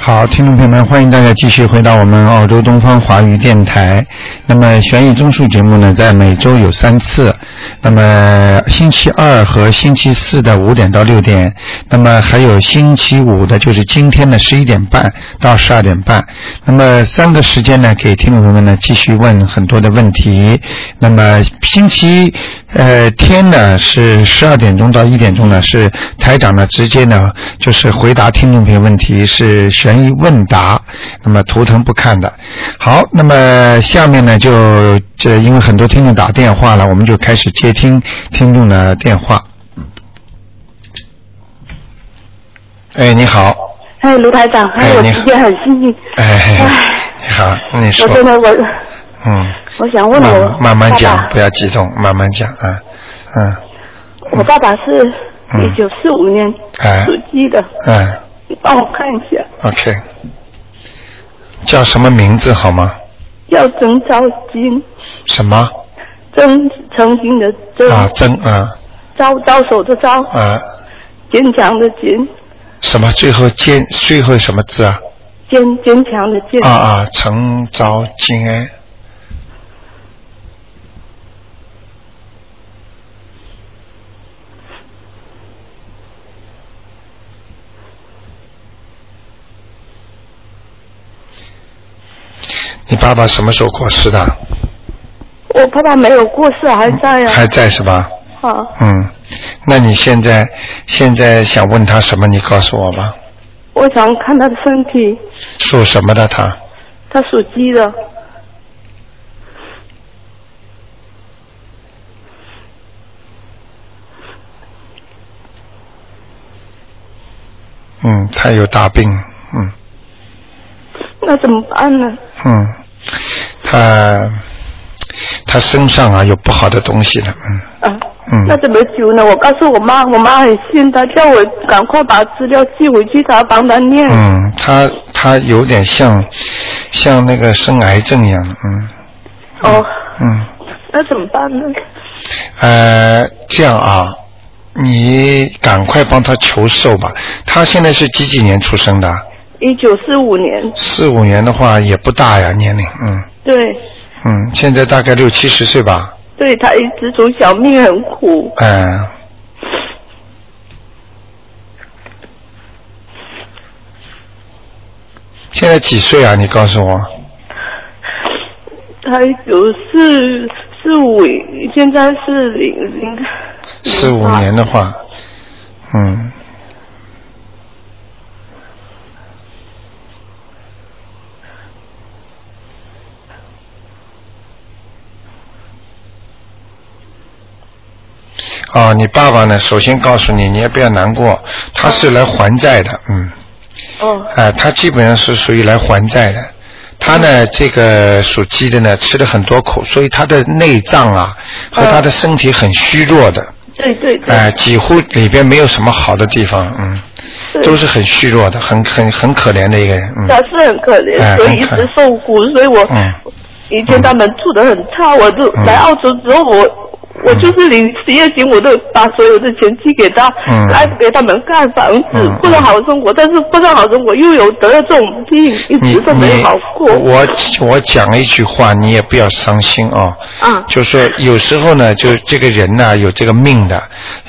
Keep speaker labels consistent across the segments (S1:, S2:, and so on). S1: 好，听众朋友们，欢迎大家继续回到我们澳洲东方华语电台。那么悬疑综述节目呢，在每周有三次，那么星期二和星期四的五点到六点，那么还有星期五的，就是今天的十一点半到十二点半。那么三个时间呢，给听众朋友们呢继续问很多的问题。那么星期呃天呢是十二点钟到一点钟呢是台长呢直接呢就是回答听众朋友问题是悬疑问答，那么图腾不看的。好，那么下面呢就这因为很多听众打电话了，我们就开始接听听众的电话。哎，你好，
S2: 哎，卢台长，
S1: 哎
S2: 我
S1: 你
S2: 今天很幸运，
S1: 哎
S2: 唉，
S1: 你好，你说
S2: 我，真的我
S1: 嗯，
S2: 我想问我
S1: 慢慢慢
S2: 爸
S1: 讲，嗯
S2: 爸
S1: 不要激动，慢慢讲啊，嗯，
S2: 我爸爸是
S1: 嗯
S2: 一九四五年
S1: 哎
S2: 属鸡的，
S1: 嗯
S2: 你帮我看一下，
S1: ，OK，叫什么名字好吗？
S2: 叫曾昭金，
S1: 什么
S2: 曾曾经的曾，
S1: 啊？曾啊
S2: 招招手的招，
S1: 啊
S2: 坚强的坚，
S1: 什么？最后坚最后什么字啊？
S2: 坚坚强的坚，
S1: 啊啊，陈昭金哎。你爸爸什么时候过世的？
S2: 我爸爸没有过世，还在呀、
S1: 还在是吧？
S2: 啊，
S1: 嗯，那你现在现在想问他什么？你告诉我吧。
S2: 我想看他的身体，
S1: 属什么的他？
S2: 他属鸡的，
S1: 嗯，他有大病。嗯
S2: 那怎么办呢？
S1: 嗯，他他身上啊有不好的东西了。嗯
S2: 啊，
S1: 嗯
S2: 那怎么cứu呢？我告诉我妈，我妈很信她，叫我赶快把资料寄回去，她帮她念。
S1: 嗯，他他有点像像那个生癌症一样的。嗯
S2: 哦，
S1: 嗯。
S2: 那怎么办呢？
S1: 呃，这样啊，你赶快帮他求寿吧。他现在是几几年出生的？
S2: 一九四五年，
S1: 四五年的话也不大呀，年龄，嗯
S2: 对，
S1: 嗯，现在大概六七十岁吧，
S2: 对她一直从小命很苦。
S1: 嗯、现在几岁啊？你告诉我，
S2: 她一九四四五，现在是零零
S1: 四五年的话，嗯，哦，你爸爸呢？首先告诉你，你也不要难过，他是来还债的，嗯，
S2: 哦
S1: 啊、他基本上是属于来还债的。他呢，这个属鸡的呢，吃了很多苦，所以他的内脏啊和他的身体很虚弱的。
S2: 对对对，
S1: 哎、几乎里边没有什么好的地方，嗯，
S2: 对
S1: 都是很虚弱的，很很很可怜的一个人，嗯
S2: 她，是很可怜，
S1: 哎
S2: 所以
S1: 很
S2: 一
S1: 可
S2: 直受苦，所以我。
S1: 嗯，
S2: 以前他们住的很差，我都
S1: 嗯
S2: 来澳洲之后，我我就是领失业金，我都把所有的钱寄给他，
S1: 嗯
S2: 来给他们盖房子
S1: 嗯，
S2: 过上好生活。但是过上好生活又有得了这种病，一
S1: 你
S2: 直都没有
S1: 你
S2: 好过。
S1: 我我讲一句话，你也不要伤心啊、
S2: 啊，
S1: 就是有时候呢，就这个人呐，有这个命的。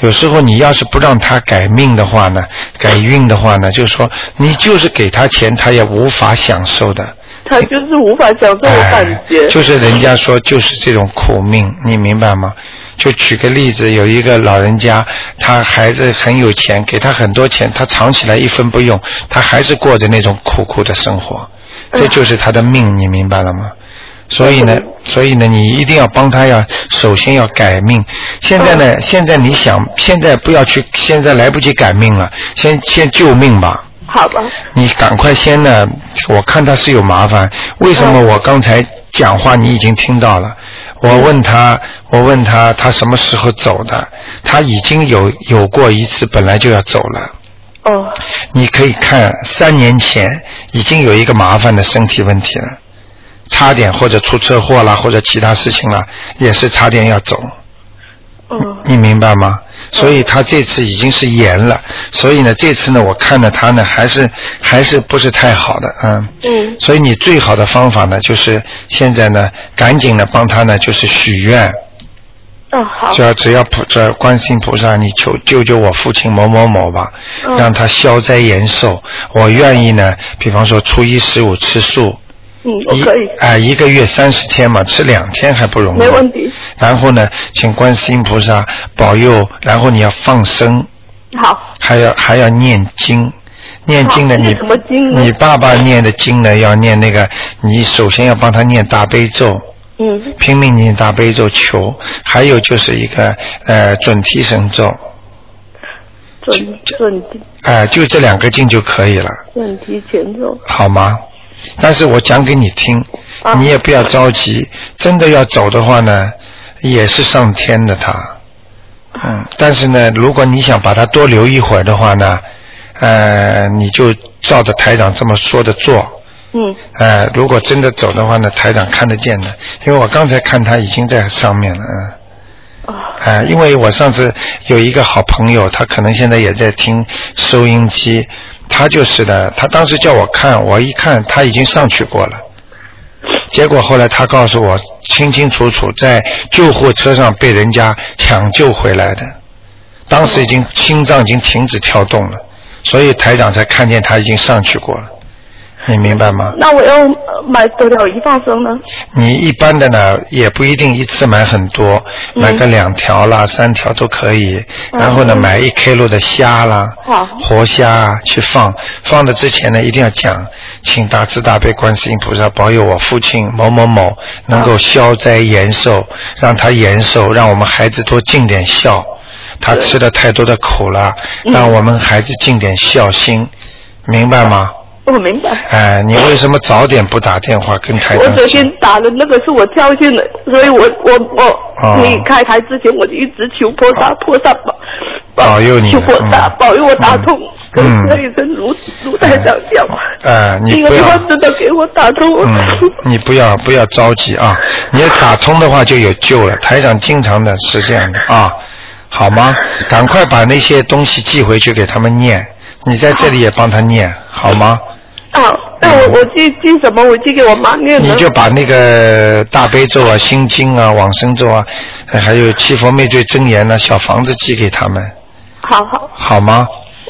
S1: 有时候你要是不让他改命的话呢，改运的话呢，就是说你就是给他钱，他也无法享受的。
S2: 他就是无法享受，我感觉
S1: 哎。就是人家说就是这种苦命，你明白吗？就举个例子，有一个老人家，他孩子很有钱，给他很多钱，他藏起来一分不用，他还是过着那种苦苦的生活，
S2: 嗯
S1: 这就是他的命，你明白了吗？所以呢，所以呢，你一定要帮他要，首先要改命。现在
S2: 嗯
S1: 呢，现在你想，现在不要去，现在来不及改命了，先先救命吧。
S2: 好吧，
S1: 你赶快先呢，我看他是有麻烦。为什么我刚才讲话你已经听到了？我问他，我问他他什么时候走的？他已经有有过一次，本来就要走了。
S2: 哦，
S1: 你可以看三年前已经有一个麻烦的身体问题了，差点或者出车祸啦，或者其他事情啦，也是差点要走。
S2: 哦，
S1: 你明白吗？所以他这次已经是严了，所以呢，这次呢，我看着他呢，还是还是不是太好的，嗯。
S2: 嗯
S1: 所以你最好的方法呢，就是现在呢，赶紧呢帮他呢，就是许愿，
S2: 嗯、好，
S1: 只要只要菩这观世音菩萨，你求救救我父亲某某某吧，
S2: 嗯
S1: 让他消灾延寿。我愿意呢，比方说初一十五吃素，
S2: 嗯，
S1: 一
S2: 我可以，
S1: 哎、一个月三十天嘛，吃两天还不容易。
S2: 没问题。
S1: 然后呢，请观世音菩萨保佑，然后你要放生，
S2: 好，
S1: 还要还要念经。念经呢，
S2: 好念
S1: 你
S2: 啊什么经呢
S1: 你爸爸念的经呢，要念那个，你首先要帮他念大悲咒，
S2: 嗯，
S1: 拼命念大悲咒求，还有就是一个呃准提神咒，
S2: 准准提
S1: 哎、就这两个经就可以了，
S2: 准提前奏，
S1: 好吗？但是我讲给你听，
S2: 啊
S1: 你也不要着急，真的要走的话呢，也是上天的他。嗯，但是呢，如果你想把它多留一会儿的话呢，呃，你就照着台长这么说的做。
S2: 嗯，
S1: 呃，如果真的走的话呢，台长看得见的，因为我刚才看他已经在上面了，嗯。
S2: 啊，
S1: 啊，因为我上次有一个好朋友，他可能现在也在听收音机，他就是的，他当时叫我看，我一看他已经上去过了，结果后来他告诉我清清楚楚在救护车上被人家抢救回来的，当时已经心脏已经停止跳动了，所以台长才看见他已经上去过了，你明白吗？
S2: 那我要呃买多少一大升呢？
S1: 你一般的呢，也不一定一次买很多，
S2: 嗯
S1: 买个两条啦、三条都可以。
S2: 嗯
S1: 然后呢，
S2: 嗯
S1: 买一 kilo 的虾啦，
S2: 好
S1: 活虾啊去放。放的之前呢，一定要讲，请大慈大悲观世音菩萨保佑我父亲某某某能够消灾延寿，让他延寿，让我们孩子多尽点孝。他吃了太多的苦了，
S2: 嗯
S1: 让我们孩子尽点孝心，明白吗？
S2: 我哦明白。
S1: 哎，你为什么早点不打电话跟台
S2: 我
S1: 长讲？
S2: 首先打的那个是我挑选的，所以我我
S1: 哦啊
S2: 我离开台之前我就一直求菩萨，菩萨保
S1: 保佑你
S2: 求菩萨
S1: 嗯
S2: 保佑我打通，可
S1: 嗯
S2: 可以跟卢卢台长讲，
S1: 呃，你
S2: 这
S1: 不
S2: 个地
S1: 要
S2: 方，真的给我打通。
S1: 嗯，你不要不要着急 啊，你要打通的话就有救了。台长经常的是这样的啊，好吗？赶快把那些东西寄回去给他们念，你在这里也帮他念，好吗？
S2: 啊，那我我寄寄什么？我寄给我妈念
S1: 你
S2: 呢？
S1: 就把那个大悲咒啊、心经啊、往生咒啊，呃还有七佛灭罪真言啊、小房子寄给他们，
S2: 好好
S1: 好吗？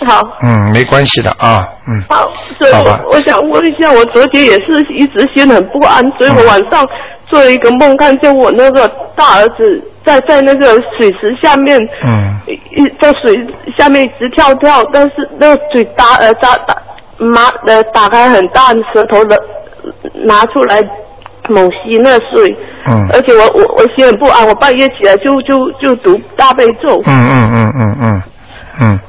S2: 好。
S1: 嗯，没关系的啊，嗯。
S2: 好，所以
S1: 好吧
S2: 我我想问一下，我昨天也是一直心很不安，所以我
S1: 嗯
S2: 晚上做了一个梦，看见我那个大儿子在在那个水池下面，
S1: 嗯
S2: 一一在水下面一直跳跳，但是那个嘴打呃打打麻呃打开很大，舌头的拿出来猛吸那水，
S1: 嗯
S2: 而且我我我心很不安，我半夜起来就就就读大悲咒，
S1: 嗯嗯嗯嗯嗯嗯，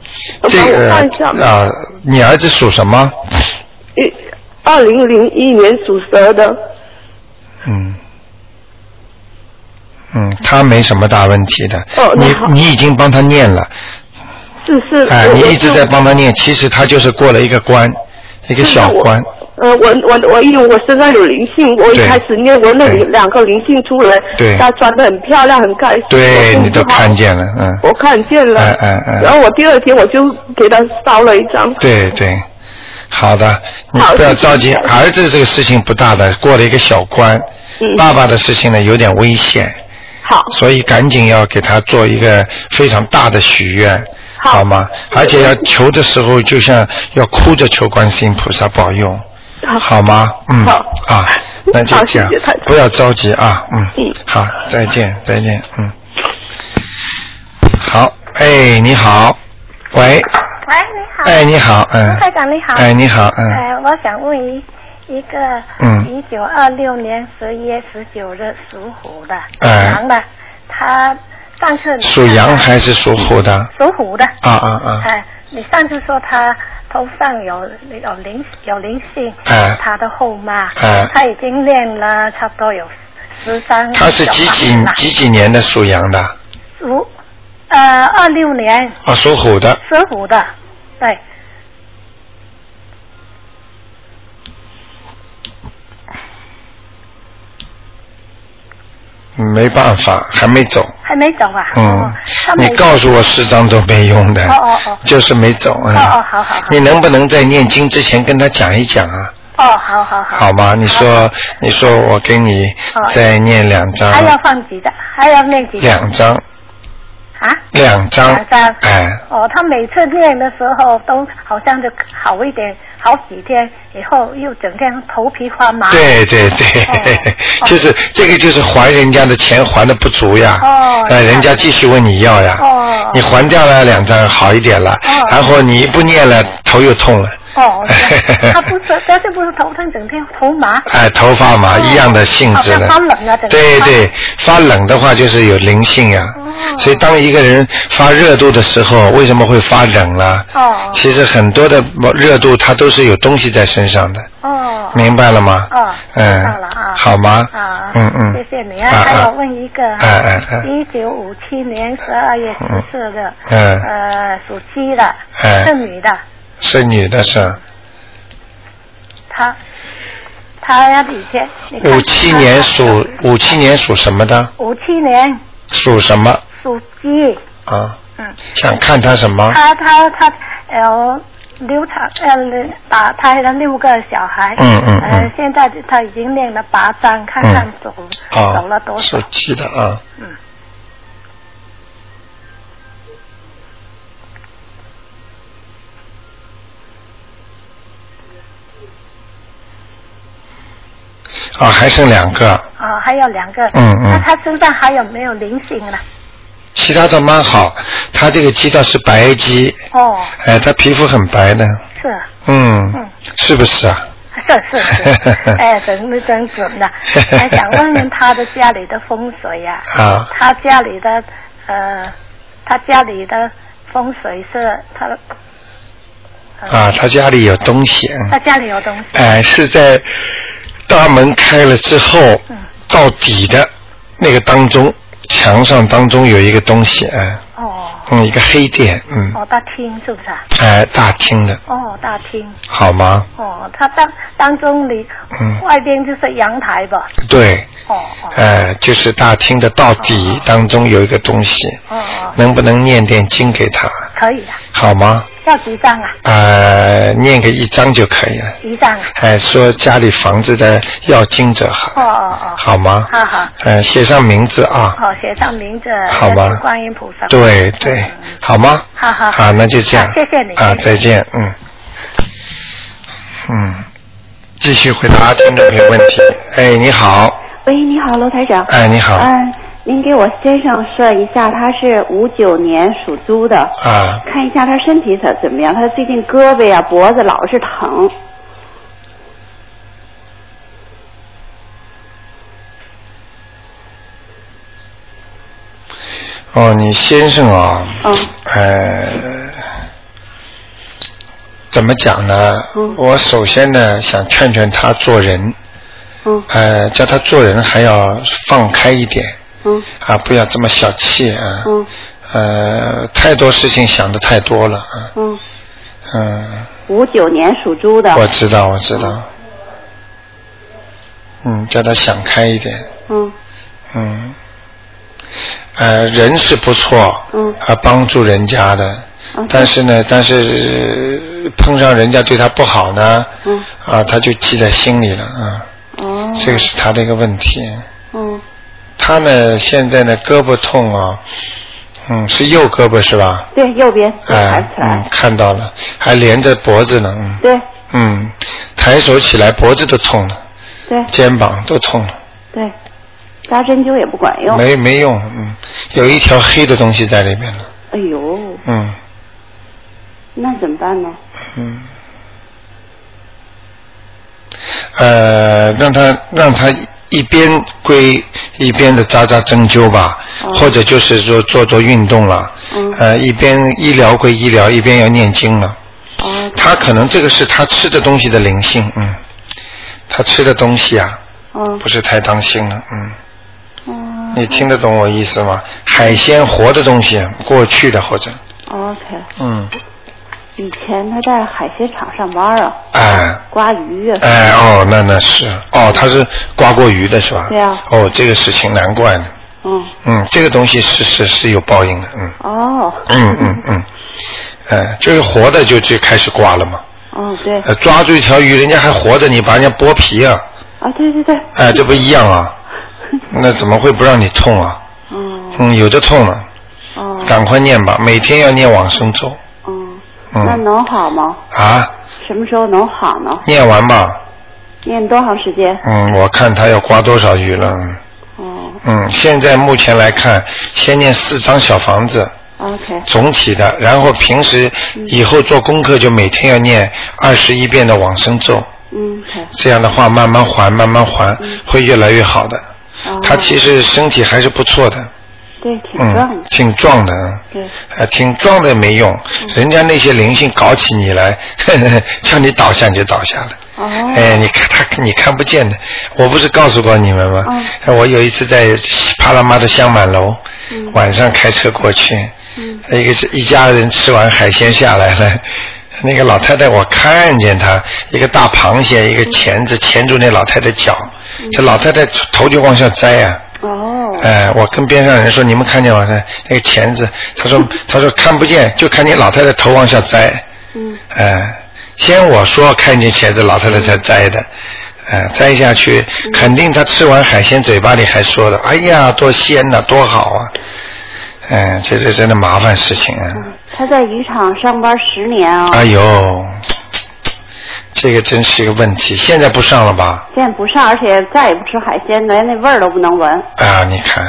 S2: 我
S1: 这
S2: 帮我
S1: 个啊
S2: 看一下、嘛
S1: 你儿子属什么？
S2: 一二零零一年属蛇的。
S1: 嗯。嗯，他没什么大问题的。
S2: 哦那
S1: 你
S2: 好
S1: 你已经帮他念了，
S2: 是是，
S1: 哎、
S2: 我
S1: 你
S2: 我
S1: 一直
S2: 就
S1: 在帮他念，其实他就是过了一个关，一个小关。
S2: 呃，我我我因为我身上有灵性，我一
S1: 对
S2: 开始念我那里
S1: 对
S2: 两个灵性出来，
S1: 对
S2: 她穿的很漂亮，很开心，我
S1: 对，
S2: 心
S1: 你都
S2: 情好
S1: 看，见了，嗯。
S2: 我看见了，
S1: 哎哎哎
S2: 然后我第二天我就给她烧了一张，
S1: 对对，好的，你
S2: 好
S1: 不要
S2: 谢谢
S1: 着急，
S2: 台长
S1: 儿子这个事情不大的，过了一个小关。
S2: 嗯
S1: 爸爸的事情呢，有点危险。
S2: 好，
S1: 所以赶紧要给他做一个非常大的许愿，
S2: 好
S1: 吗？而且要求的时候，就像要哭着求观世音菩萨保佑，好吗？嗯，
S2: 啊好
S1: 啊，那就
S2: 好
S1: 这样
S2: 谢谢台长，
S1: 不要着急啊，嗯，
S2: 嗯
S1: 好，再见，再见，嗯，好，哎，你好，喂，
S3: 喂，你好。
S1: 哎，你好，嗯
S3: 卢，台长你好。
S1: 哎，你好，嗯，
S3: 哎，我想问一一个，
S1: 嗯
S3: 一九二六年十一月十九日属虎的，
S1: 哎
S3: 羊的，他上次你
S1: 属羊还是属虎的？
S3: 属虎的？
S1: 啊啊啊，
S3: 哎，你上次说他头上有有灵有灵性，
S1: 哎
S3: 他的后妈，
S1: 哎
S3: 他已经练了差不多有十三，
S1: 他是几几几几年的属羊的？
S3: 属呃二六年
S1: 啊，属虎的，
S3: 属虎的，对，
S1: 没办法，还没走。
S3: 还没走啊？
S1: 嗯
S3: 哦，他，
S1: 你
S3: 每
S1: 告诉我十张都没用的，
S3: 哦哦哦
S1: 就是没走啊。
S3: 哦哦好好好
S1: 你能不能在念经之前跟他讲一讲啊？
S3: 哦，好好好。
S1: 好吗？你说，你说我给你
S3: 好
S1: 再念两张，
S3: 还要放几张？还要念几张？
S1: 呃两张，
S3: 啊？
S1: 两张，
S3: 两张
S1: 哎，
S3: 哦，他每次念的时候都好像就好一点，好几天以后又整天头皮发麻。。
S1: 对对对，
S3: 哦
S1: 就是这个就是还人家的钱还的不足呀，
S3: 哦
S1: 呃，
S3: 这样
S1: 人家继续问你要呀，
S3: 哦
S1: 你还掉了两张好一点了，
S3: 哦
S1: 然后你一不念了头又痛了，
S3: 哦， 这样他不是，但是不是头疼，整天头麻。
S1: 哎，头发嘛、
S3: 哦
S1: 一样的性质的，
S3: 好像发冷啊整个
S1: 对
S3: 发
S1: 对，发冷的话就是有灵性呀、
S3: 哦
S1: 所以当一个人发热度的时候，为什么会发冷啦、
S3: 哦
S1: 其实很多的热度它都是有东西在身上的，
S3: 哦。
S1: 明白了吗？
S3: 哦，
S1: 嗯，
S3: 知道了啊，
S1: 好吗？
S3: 啊，
S1: 嗯嗯，
S3: 谢谢你啊。
S1: 啊
S3: 还
S1: 啊
S3: 有问一个，
S1: 哎哎哎
S3: 一九五七年十二月十四的，
S1: 嗯
S3: 呃，属鸡的，
S1: 哎
S3: 是女的，
S1: 是女的是吧
S3: 她，她呀以前，你看
S1: 五七年属五七年属什么的？
S3: 五七年
S1: 属什么
S3: 属鸡，
S1: 啊？
S3: 嗯，
S1: 想看她什么？
S3: 她她她呃流产呃打胎了六个小孩，
S1: 嗯嗯
S3: 呃
S1: 嗯，
S3: 现在她已经练了八张，看
S1: 嗯
S3: 看走
S1: 啊
S3: 走了，多少
S1: 属，鸡的啊，
S3: 嗯。
S1: 啊还剩两个，
S3: 哦，还有两个。
S1: 嗯嗯
S3: 那他身上还有没有灵性啊了？
S1: 其他的蛮好。她这个鸡倒是白鸡，
S3: 哦，
S1: 哎，她皮肤很白的，
S3: 是
S1: 嗯，
S3: 嗯
S1: 是不是啊？
S3: 是 是是，哎，真的真准的。还想问问他的家里的风水 呀、
S1: 啊
S3: 他家里的呃，他家里的风水是他的，呃
S1: 啊，她家里有东西，
S3: 他
S1: 嗯，
S3: 家里有东西。
S1: 哎，是在大门开了之后
S3: 嗯
S1: 到底的那个当中，墙上当中有一个东西，哎，
S3: 哦
S1: 嗯，一个黑点，嗯，
S3: 哦，大厅是不是啊？
S1: 哎，大厅的，
S3: 哦，大厅
S1: 好吗？
S3: 哦，他当当中里、
S1: 嗯
S3: 外边就是阳台吧？
S1: 对，
S3: 哦哦
S1: 哎，就是大厅的到底当中有一个东西，
S3: 哦哦，
S1: 能不能念点经给他，
S3: 可以啊，
S1: 好吗？
S3: 要几张啊？
S1: 呃，念个一张就可以了。
S3: 一张啊？
S1: 哎，说家里房子的要经者
S3: 哦
S1: 好，
S3: 哦哦。
S1: 好吗？
S3: 好好
S1: 呃，写上名字啊。
S3: 好，写上名字，
S1: 好吧
S3: 要请观音菩萨。
S1: 对对
S3: 嗯，
S1: 好吗？
S3: 好好
S1: 好，那就这样。
S3: 好谢谢你
S1: 啊，
S3: 谢谢
S1: 再见，嗯，嗯，继续回答听众朋友问题。哎，你好，
S4: 喂，你好，罗台长。
S1: 哎，你
S2: 啊
S1: 好，
S4: 嗯，您给我先生算一下，他是五九年属猪的，
S1: 啊，
S4: 看一下他身体怎怎么样？他最近胳膊呀、脖子老是疼。
S1: 哦，你先生啊，
S4: 嗯
S1: 呃，怎么讲呢？
S4: 嗯
S1: 我首先呢，想劝劝他做人，
S4: 嗯
S1: 呃，叫他做人还要放开一点
S4: 嗯
S1: 啊，不要这么小气啊。
S4: 嗯
S1: 呃，太多事情想的太多了啊。
S4: 嗯，啊
S1: 嗯，
S4: 五九年属猪的。
S1: 我知道，我知道。嗯，叫他想开一点。
S4: 嗯
S1: 嗯，呃，人是不错，
S4: 嗯
S1: 啊，帮助人家的
S4: 嗯，
S1: 但是呢，但是呃碰上人家对他不好呢，
S4: 嗯
S1: 啊，他就记在心里了啊，
S4: 哦。
S1: 这个是他的一个问题。
S4: 嗯
S1: 他呢，现在呢，胳膊痛啊，嗯，是右胳膊是吧？
S4: 对，右边抬
S1: 哎
S4: 不、起来。
S1: 嗯，看到了，还连着脖子呢，嗯，
S4: 对
S1: 嗯，抬手起来脖子都痛了，
S4: 对
S1: 肩膀都痛了。
S4: 对，扎针灸也不管用。
S1: 没没用，嗯，有一条黑的东西在里面了，
S4: 哎呦，
S1: 嗯
S4: 那怎么办呢？
S1: 嗯，呃，让他让他一边归一边的扎扎针灸吧，
S4: 哦
S1: 或者就是说做做运动了，
S4: 嗯
S1: 呃，一边医疗归医疗，一边要念经了。
S4: 哦
S1: 他可能这个是他吃的东西的灵性，嗯，他吃的东西啊，
S4: 哦
S1: 不是太当心了，嗯。
S4: 哦
S1: 你听得懂我意思吗？海鲜活的东西，过去的或者，
S4: 哦，OK，
S1: 嗯，
S4: 以前他在海鲜场上班啊，
S1: 哎
S4: 刮鱼 啊。
S1: 哎哦，那那是哦，他是刮过鱼的是吧？
S4: 对啊
S1: 哦，这个事情难怪呢。
S4: 嗯。
S1: 嗯，这个东西是是是有报应的，嗯
S4: 哦。
S1: 嗯嗯嗯，哎，就是活的就就开始刮了嘛。
S4: 嗯，对。
S1: 呃抓住一条鱼，人家还活着，你把人家剥皮啊，
S4: 啊，对对对。
S1: 哎，这不一样 啊，那怎么会不让你痛啊？
S4: 嗯
S1: 嗯，有的痛了，
S4: 哦
S1: 赶快念吧，每天要念往生咒
S4: 嗯。
S1: 嗯
S4: 那能好吗？
S1: 啊，
S4: 什么时候能好呢？
S1: 念完吧，
S4: 念多长时间？
S1: 嗯，我看他要刮多少鱼了，嗯
S4: 哦
S1: 嗯，现在目前来看，先念四张小房子，
S4: ，OK，
S1: 总体的，然后平时以后做功课就每天要念二十一遍的往生咒，
S4: 嗯，OK，
S1: 这样的话慢慢还，慢慢还，会越来越好的。
S4: 哦，
S1: 他其实身体还是不错的，
S4: 对挺
S1: 嗯
S4: 壮的，，
S1: 挺壮的，嗯
S4: 对，嗯
S1: 呃，挺壮的没用，人家那些灵性搞起你来， 呵呵叫你倒下你就倒下了。
S4: 哦，
S1: 哎，你看他你看不见的，我不是告诉过你们吗？
S4: 嗯
S1: 哎我有一次在帕拉马的香满楼，
S4: 嗯
S1: 晚上开车过去，一个一家人吃完海鲜下来了。那个老太太，我看见她一个大螃蟹，一个钳
S4: 嗯
S1: 子钳住那老太太脚，这老太太头就往下栽啊呀、
S4: 哦，
S1: 哎，我跟边上人说，你们看见我的那个钳子？他 说，他说看不见，就看见老太太头往下栽。
S4: 嗯，
S1: 哎，先我说看见钳子，老太太才摘的。哎，摘下去，
S4: 嗯
S1: 肯定她吃完海鲜，嘴巴里还说了：“哎呀，多鲜呐、多好啊！”哎，这是真的麻烦事情啊！
S4: 他在渔场上班十年啊，
S1: 哎呦，这个真是一个问题。现在不上了吧？
S4: 现在不上，而且再也不吃海鲜，连那味儿都不能闻。
S1: 啊，你看，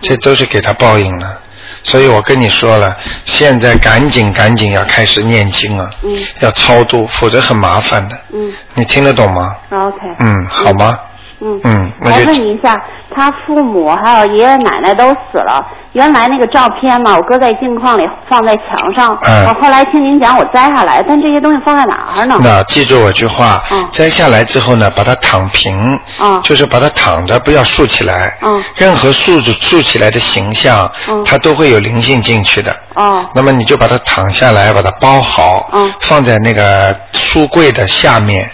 S1: 这都是给他报应了。所以我跟你说了，现在赶紧赶紧要开始念经啊，
S4: 嗯
S1: 要超度，否则很麻烦的。
S4: 嗯哦
S1: 你听得懂吗？
S4: ，OK，
S1: 嗯，好吗？
S4: 嗯
S1: 嗯那
S4: 我
S1: 就
S4: 问一下，他父母还有爷爷奶奶都死了，原来那个照片嘛，我搁在镜框里放在墙上，
S1: 嗯
S4: 我后来听您讲我摘下来，但这些东西放在哪儿呢？
S1: 那记住我句话
S4: 嗯，
S1: 摘下来之后呢，把它躺平，
S4: 嗯
S1: 就是把它躺着，不要竖起来。
S4: 嗯
S1: 任何竖着竖起来的形象
S4: 嗯，
S1: 它都会有灵性进去的。
S4: 哦
S1: 那么你就把它躺下来，把它包好，
S4: 嗯
S1: 放在那个书柜的下面，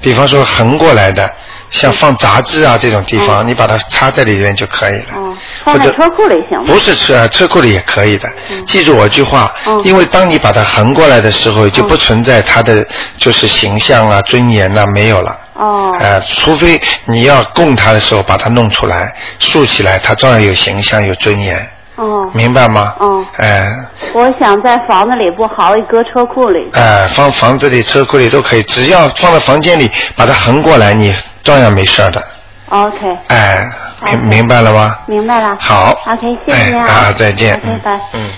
S1: 比方说横过来的，
S4: 嗯
S1: 像放杂志啊这种地方，你把它插在里面就可以了。
S4: 哦，
S1: 或
S4: 嗯放在
S1: 者
S4: 车库里行吗
S1: 不？是车车库里也可以的，记住我句话，
S4: 嗯
S1: 因为当你把它横过来的时候，就不存在它的就是形象啊、尊严呐、没有了。
S4: 哦
S1: 呃，除非你要供它的时候把它弄出来、竖起来，它照样有形象、有尊严，
S4: 哦，
S1: 明白吗？
S4: 嗯
S1: 哎、
S4: 我想在房子里不好，一搁车库里。
S1: 哎，放房子里、车库里都可以，只要放到房间里，把它横过来，你照样没事儿的。
S4: OK，
S1: 哎，
S4: 好
S1: 明明白了吗？
S4: 明白了。
S1: 好。
S4: OK，谢谢您
S1: 哎
S4: 啊
S1: 啊，再见。
S4: OK，拜
S1: 嗯。嗯。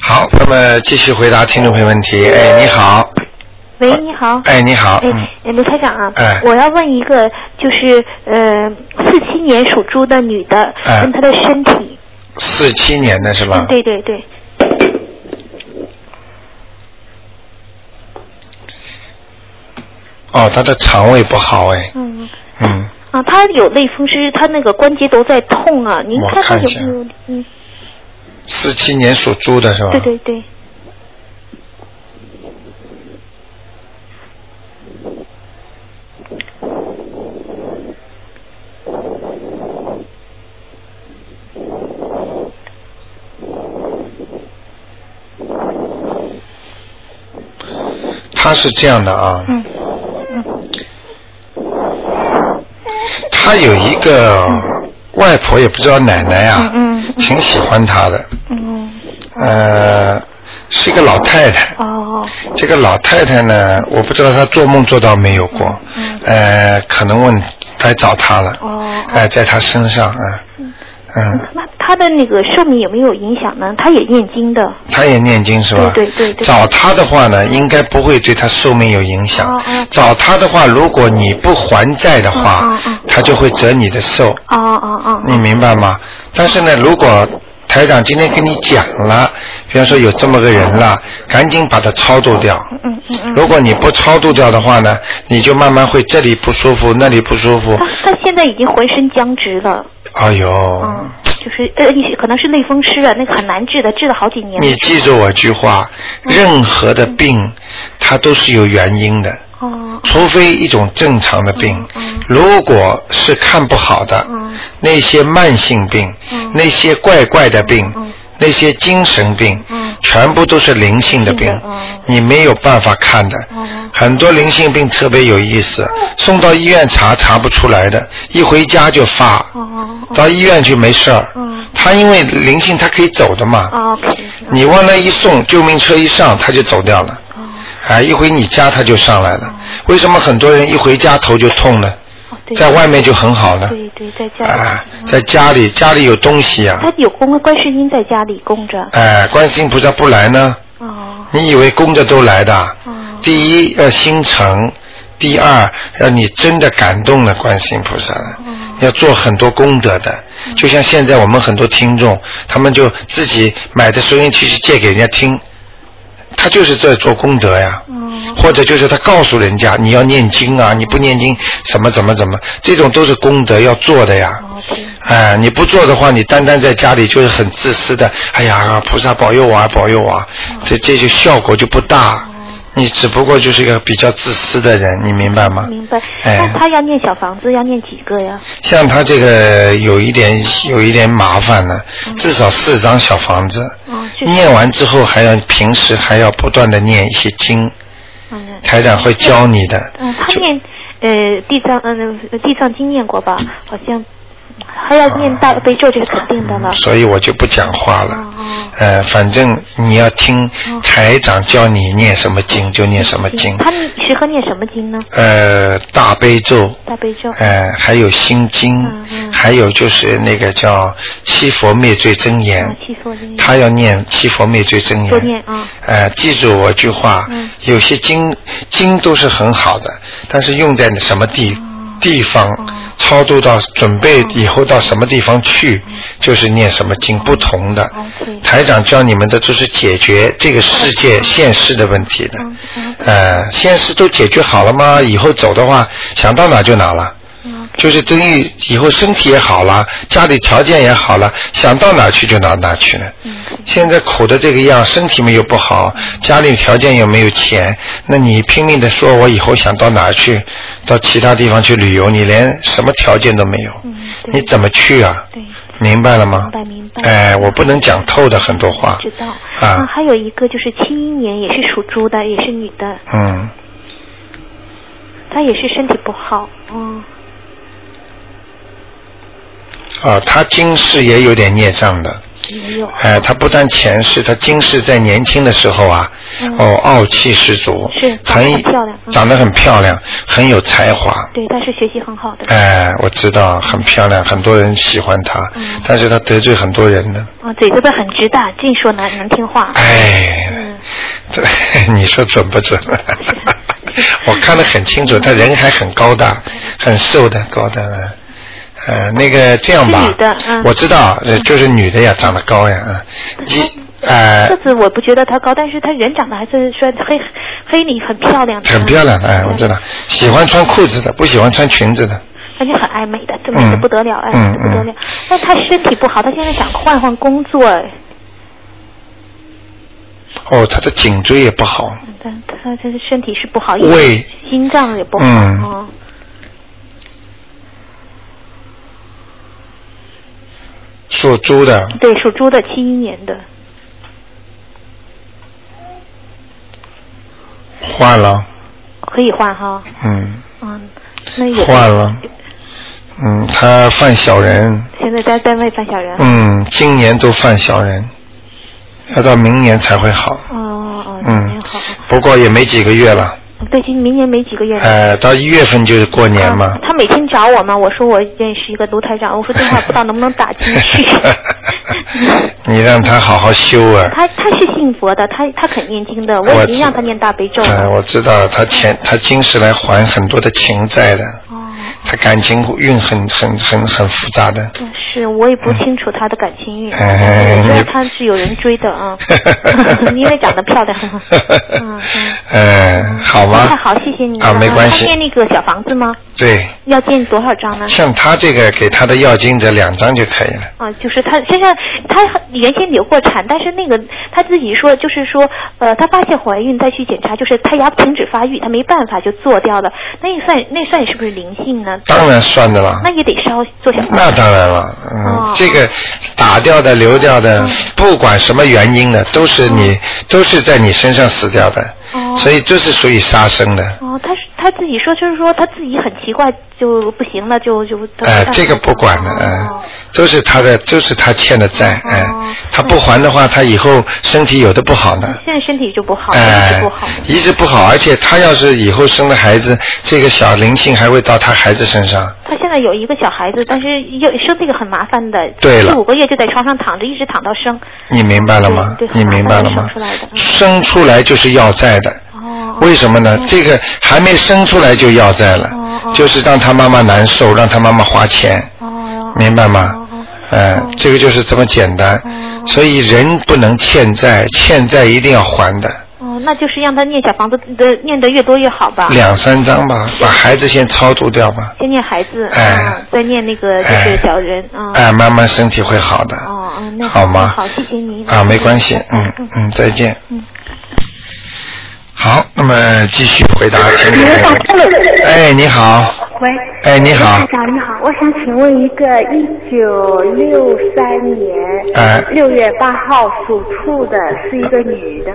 S1: 好，那么继续回答听众朋友问题。哎，你好。
S5: 喂，你好。
S1: 哎，你好。
S5: 嗯哎
S1: 嗯。，
S5: 哎卢台长啊，
S1: 哎
S5: 我要问一个，就是呃，四七年属猪的女的，
S1: 哎
S5: 问她的身体，
S1: 四七年的是吧？
S5: 嗯，。对对对，
S1: 哦，他的肠胃不好哎。
S5: 嗯，
S1: 嗯。
S5: 啊，她有类风湿，她那个关节都在痛啊，您
S1: 我
S5: 看她
S1: 看一
S5: 有
S1: 下
S5: 没有？嗯，
S1: 四七年属猪的是吧？
S5: 对对对，
S1: 他是这样的啊。
S5: 嗯
S1: 他有一个外婆，也不知道奶奶啊，
S5: 嗯嗯嗯
S1: 挺喜欢他的。
S5: 嗯，
S1: 呃，是一个老太太。
S5: 哦，
S1: 这个老太太呢，我不知道她做梦做到没有过，
S5: 嗯
S1: 呃，可能问来找她了，
S5: 哦
S1: 哎、在她身上啊，嗯嗯，
S5: 那她的那个寿命有没有影响呢？她也念经的，
S1: 她也念经是吧？
S5: 对对对对
S1: 找她的话呢，应该不会对她寿命有影响。
S5: 哦哦
S1: 找她的话，如果你不还债的话，
S5: 嗯嗯嗯
S1: 她就会折你的寿。
S5: 哦哦哦，
S1: 你明白吗？但是呢，如果台长今天跟你讲了，比方说有这么个人了，赶紧把他超度掉。
S5: 嗯嗯嗯
S1: 如果你不超度掉的话呢，你就慢慢会这
S5: 嗯
S1: 里不舒服，那里不舒服
S5: 她。她现在已经浑身僵直了，
S1: 哎呦，
S5: 嗯就是呃，你可能是类风湿啊，那个很难治的，治了好几年。
S1: 你记住我句话，
S5: 嗯
S1: 任何的病它都是有原因的，
S5: 哦，
S1: 除非一种正常的病。如果是看不好的，
S5: 嗯
S1: 那些慢性病，
S5: 嗯
S1: 那些怪怪的病，
S5: 嗯
S1: 那些精神病，
S5: 嗯
S1: 全部都是灵性的病，
S5: 是的嗯
S1: 你没有办法看的。
S5: 嗯
S1: 很多灵性病特别有意思，送到医院查查不出来的，一回家就发，
S5: 哦
S1: 到医院去没事儿。
S5: 嗯
S1: 他因为灵性他可以走的嘛，
S5: 哦，OK，
S1: 你往那一送，救命车一上他就走掉了。
S5: 哦
S1: 哎，一回你家他就上来
S5: 嗯
S1: 了。为什么很多人一回家头就痛呢？
S5: 哦，对，
S1: 在外面就很好呢。
S5: 对对，在家里。
S1: 啊，在家里家里有东西啊。
S5: 他有供观世音在家里供着。
S1: 哎，观世音菩萨不来呢？
S5: 哦
S1: 你以为供着都来的啊？
S5: 哦
S1: 第一要心诚，第二要你真的感动了观世音菩萨了，要做很多功德的。就像现在我们很多听众，他们就自己买的收音机去借给人家听，他就是在做功德呀。
S5: 哦
S1: 或者就是他告诉人家你要念经啊，你不念经什么怎么怎么，这种都是功德要做的呀。
S5: ，OK，
S1: 哎，你不做的话，你单单在家里就是很自私的。哎呀，菩萨保佑我啊，保佑我啊，
S5: 嗯
S1: 这这就效果就不大。你只不过就是一个比较自私的人，你明白吗？
S5: 明白。那
S1: 哎，
S5: 他要念小房子要念几个呀？
S1: 像他这个有一点有一点麻烦呢，至少四张小房子，
S5: 哦，嗯就是
S1: 念完之后还要平时还要不断的念一些经，
S5: 嗯
S1: 台长会教你的。
S5: 嗯，他
S1: 就
S5: 念呃地藏嗯、地藏经念过吧？好像还
S1: 啊
S5: 要念大悲咒，这是肯定的了。
S1: 所以我就不讲话了。
S5: 哦哦
S1: 呃，反正你要听台长教你念什么经就念什么经
S5: 嗯。他适合念什么经呢？
S1: 呃，大悲咒，
S5: 大悲咒。
S1: 呃，还有心经
S5: 嗯，嗯
S1: 还有就是那个叫七佛灭罪真言
S5: 啊，七佛经。
S1: 嗯他要念七佛灭罪真
S5: 多念
S1: 言。
S5: 啊。
S1: 呃，记住我句话
S5: 嗯，
S1: 有些经经都是很好的，但是用在什么地
S5: 哦
S1: 地方，超度到准备以后到什么地方去，
S5: 嗯
S1: 就是念什么经不同的。
S5: OK。
S1: 台长教你们的都是解决这个世界现实的问题的
S5: 嗯嗯，
S1: 呃，现实都解决好了吗？以后走的话，想到哪就哪了。
S5: 嗯
S1: 就是等于以后身体也好了，家里条件也好了，想到哪去就到哪去了。
S5: 嗯
S1: 现在苦的这个样，身体没有不好，家里条件又没有钱，那你拼命的说，我以后想到哪儿去，到其他地方去旅游，你连什么条件都没有，
S5: 嗯，对
S1: 你怎么去啊？
S5: 对。
S1: 明白了吗？
S5: 明白明白
S1: 哎，我不能讲透的很多话。
S5: 知道
S1: 啊
S5: 还有一个就是七一年也是属猪的，也是女的，
S1: 嗯，
S5: 她也是身体不好，嗯，
S1: 啊，他今世也有点孽障的。
S5: 也有，
S1: 哎，他不但前世，他今世在年轻的时候啊，
S5: 嗯
S1: 哦，傲气十足，
S5: 是
S1: 很
S5: 长得很漂亮嗯
S1: 长得很漂亮，很有才华。
S5: 对，她是学习很好的，
S1: 哎，我知道，很漂亮，很多人喜欢她，
S5: 嗯
S1: 但是她得罪很多人呢。
S5: 啊，嘴巴子很直的，净说难难听话，
S1: 哎，
S5: 啊嗯，
S1: 对，你说准不准？ 我看得很清楚，她人还很高大，很瘦的，高大的。呃，那个这样吧
S5: 是女的，嗯
S1: 我知道，呃就是女的呀，长得高呀，啊，一，哎
S5: 个，子我不觉得她高，但是她人长得还是说黑黑里很漂亮的，
S1: 很漂亮的，哎，我知
S5: 嗯
S1: 道，喜欢穿裤子的，不喜欢穿裙子的，
S5: 而且很爱美的，这美的不得了，爱
S1: 嗯
S5: 美的不得了
S1: 嗯，
S5: 但她身体不好，她现在想换换工作，哎
S1: 哦，她的颈椎也不好，
S5: 但她她身体是不好，
S1: 胃，
S5: 心脏也不好，
S1: 嗯
S5: 嗯
S1: 属猪的，
S5: 对，属猪的，七一年的，
S1: 换了，
S5: 可以换哈。
S1: 嗯，
S5: 嗯，那也
S1: 换了，嗯，他犯小人，
S5: 现在在单位范小人。
S1: 嗯，今年都犯小人，要到明年才会好，
S5: 哦哦，哦明
S1: 嗯
S5: 年好。，
S1: 不过也没几个月了，
S5: 对，今明年没几个月了。
S1: 呃，到一月份就是过年嘛
S5: 啊，他每天找我嘛，我说我认识一个卢台长，我说电话不知道能不能打进 去。
S1: 你让他好好修啊。
S5: 他他是信佛的，他他肯念经的，
S1: 我
S5: 我已经
S1: 知
S5: 让他念大悲咒嗯
S1: 哎
S5: 了。
S1: 我知道他前他今世来还很多的情债的，
S5: 哦，
S1: 他感情运很很很很复杂的。
S5: 嗯是我也不清楚她的感情运，
S1: 哎
S5: 我知道
S1: 你
S5: 她是有人追 的啊，嗯因为长得漂亮。嗯嗯。
S1: 嗯，好吗？
S5: 太好，谢谢你
S1: 啊，没关系
S5: 她。念那个小房子吗？
S1: 对，
S5: 要建多少张呢？
S1: 像他这个给他的药精者两张就可以了。
S5: 啊，就是她身上，她原先流过产，但是那个她自己说，就是说，呃，她发现怀孕再去检查，就是胎芽停止发育，她没办法就做掉了。那也算那算是不是灵性呢？
S1: 当然算的啦。
S5: 那也得烧做小房
S1: 啊那
S5: 子。
S1: 当然了，嗯，
S5: 哦嗯
S1: 这个打掉的、流掉的，不管什么原因的，都是你，都是在你身上死掉的，
S5: 哦
S1: 所以这是属于杀生的。
S5: 哦，她是她自己说，就是说她自己很奇怪，就不行了，就就。她
S1: 哎、这个不管的，哎、
S5: 哦
S1: 都是他的，都是他欠的债，哎、
S5: 哦
S1: 他不还的话，他以后身体有的不好呢，
S5: 现在身体就不好，哦一
S1: 哎、
S5: 直不好。
S1: 一直不好，而且他要是以后生了孩子，这个小灵性还会到他孩子身上，
S5: 她现在有一个小孩子，但是要生这个很麻烦的，
S1: 对了
S5: 四五个月就在床上躺着，一直躺到生。
S1: 你明白了吗
S5: 对？对
S1: 你明白了吗
S5: 生出来的？嗯
S1: 生出来就是要债的，
S5: 哦。
S1: 为什么呢？这个还没生出来就要债了
S5: 哦，哦
S1: 就是让他妈妈难受，让他妈妈花钱，
S5: 哦。
S1: 明白吗
S5: 哦哦？
S1: 嗯，这个就是这么简单。所以人不能欠债，欠债一定要还的，
S5: 哦，那就是让他念小房子的念得越多越好吧。
S1: 两三张吧，把孩子先超度掉吧。
S5: 先念孩子，
S1: 哎
S5: 嗯，再念那个就是小人，嗯。
S1: 哎，慢慢身体会好的。
S5: 哦嗯那好
S1: 好吗？
S5: 好谢谢您
S1: 啊，没关系，嗯
S5: 嗯
S1: 嗯，再见。
S5: 嗯。
S1: 好，那么继续回答听众朋友问题。哎，你好，
S6: 喂，
S1: 哎，你好
S6: 台，长你好，我想请问一个一九六三
S1: 哎
S6: 年六月八号属兔的，是一个女的，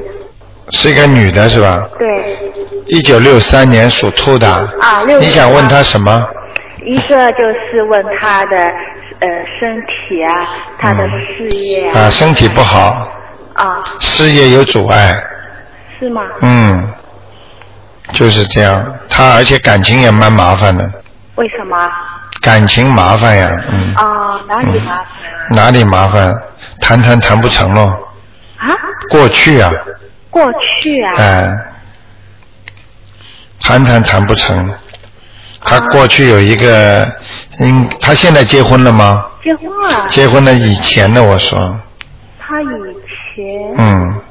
S1: 是一个女的是吧？
S6: 对，
S1: 一九六三年属兔的。
S6: 啊63
S1: 你想问她什么？
S6: 一个就是问她的呃身体啊，她的事业
S1: 啊，
S6: 啊，
S1: 身体不好，
S6: 啊
S1: 事业有阻碍，
S6: 是吗？
S1: 嗯，就是这样。她而且感情也蛮麻烦的，
S6: 为什么？
S1: 感情麻烦呀，嗯。
S6: 啊，哪里麻烦
S1: 哪里麻烦？谈谈谈不成喽。
S6: 啊？
S1: 过去啊，
S6: 过去啊，
S1: 哎，谈谈谈不成。他过去有一个，嗯，他现在结婚了吗？
S6: 结婚了，
S1: 结婚了以前的我说，
S6: 她以前
S1: 嗯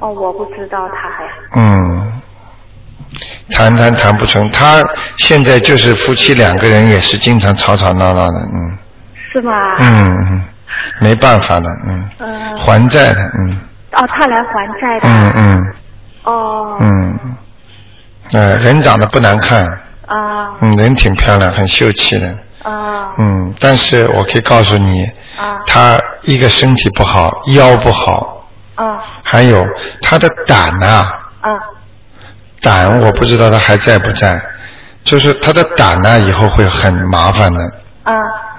S6: 哦，我不知道她还
S1: 嗯，谈谈谈不成。他现在就是夫妻两个人也是经常吵吵闹闹的，嗯
S6: 是吗？
S1: 嗯嗯，没办法的，嗯，
S6: 嗯，
S1: 还债的，嗯
S6: 哦，她来还债的，
S1: 嗯嗯
S6: 哦，
S1: 嗯，呃，人长得不难看，
S6: 啊
S1: 嗯，人挺漂亮，很秀气的，
S6: 啊
S1: 嗯，但是我可以告诉你，
S6: 啊
S1: 她一个身体不好，腰不好，
S6: 啊
S1: 还有她的胆呐、
S6: 啊！
S1: 胆我不知道她还在不在，就是她的胆呐、以后会很麻烦的，
S6: 啊，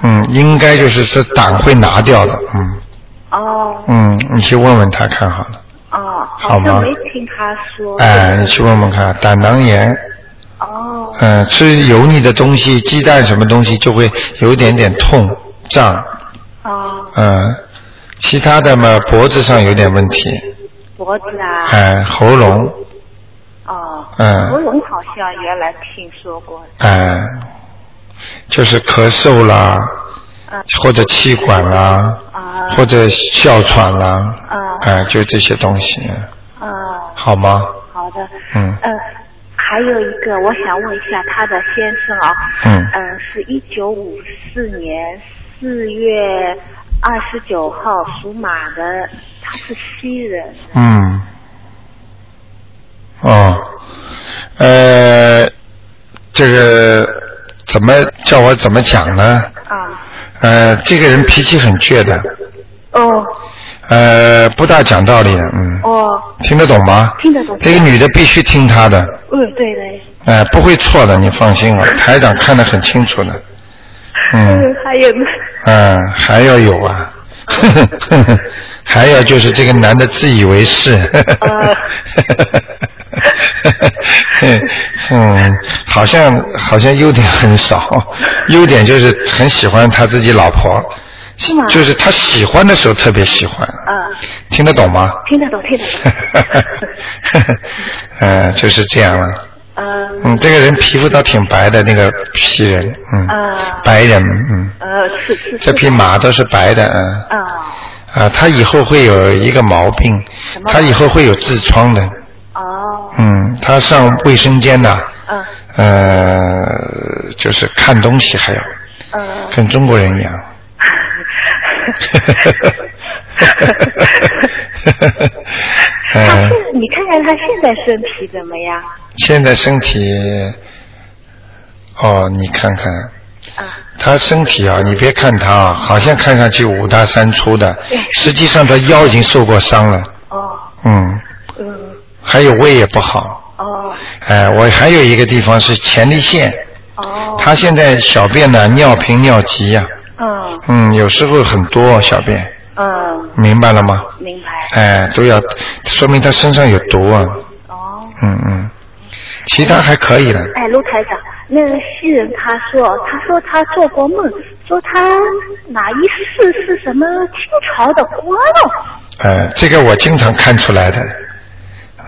S1: 嗯，应该就是这胆会拿掉的，嗯
S6: 哦，
S1: 嗯，你去问问她看好了，
S6: 哦，
S1: 好
S6: 好
S1: 吗
S6: 像没听他说。
S1: 哎，你去问问看，胆囊炎。
S6: 哦，
S1: 嗯、吃油腻的东西，鸡蛋什么东西就会有一点点痛胀，
S6: 哦，
S1: 嗯、其他的嘛，脖子上有点问题，
S6: 脖子啊，
S1: 哎、喉咙，
S6: 哦，
S1: 嗯
S6: 喉咙好像原来听说过。
S1: 哎、就是咳嗽啦，
S6: 嗯
S1: 或者气管啦，
S6: 啊
S1: 或者哮喘啦，
S6: 啊
S1: 哎、就这些东西，嗯
S6: 哦，
S1: 好吗？
S6: 好的。
S1: 嗯
S6: 呃，还有一个，我想问一下他的先生啊，
S1: 嗯
S6: 呃，是一九五四年四月二十九号属马的，他是西人。
S1: 嗯，哦，呃，这个怎么叫我怎么讲呢？
S6: 啊，
S1: 呃，这个人脾气很倔的，
S6: 哦
S1: 呃，不大讲道理的，嗯，
S6: 哦，
S1: 听得懂吗？
S6: 听得懂。
S1: 这个女的必须听他的，
S6: 嗯，对的。
S1: 哎、不会错的，你放心吧，台长看得很清楚的，嗯，
S6: 还有呢？
S1: 嗯、还要有啊， 还有就是这个男的自以为是，嗯， 好像好像优点很少，优点就是很喜欢他自己老婆，
S6: 是吗
S1: 就是他喜欢的时候特别喜欢，
S6: 啊，
S1: 听得懂吗？
S6: 听得懂，听得懂。
S1: 哎嗯，就是这样了。
S6: 嗯
S1: 嗯，这个人皮肤倒挺白的，那个皮人，嗯，
S6: 啊
S1: 白人，嗯，
S6: 呃是是
S1: 这匹马都是白的，嗯，
S6: 啊
S1: 啊，他以后会有一个毛病，
S6: 么毛病
S1: 他以后会有痔疮的，
S6: 哦
S1: 嗯，他上卫生间呐、
S6: 嗯
S1: 呃，就是看东西还要
S6: 嗯
S1: 跟中国人一样，
S6: 他
S1: 嗯
S6: 现你看看他现在身体怎么样？
S1: 现在身体，哦，你看看，
S6: 啊
S1: 他身体啊，你别看他啊，好像看上去五大三粗的，实际上他腰已经受过伤了，
S6: 哦
S1: 嗯，
S6: 嗯
S1: 还有胃也不好，
S6: 哦
S1: 哎，我还有一个地方是前列腺，
S6: 哦
S1: 他现在小便呢尿频尿急呀、
S6: 嗯
S1: 嗯，有时候很多小便，
S5: 呃
S6: 嗯
S1: 明白了吗？
S6: 明白
S1: 哎，都要说明他身上有毒啊，
S6: 哦。
S1: 嗯嗯，其他还可以了，
S6: 哎，卢台长，那个新人他说，他说他做过梦，说他哪一世是什么清朝的官哦。
S1: 呃，这个我经常看出来的，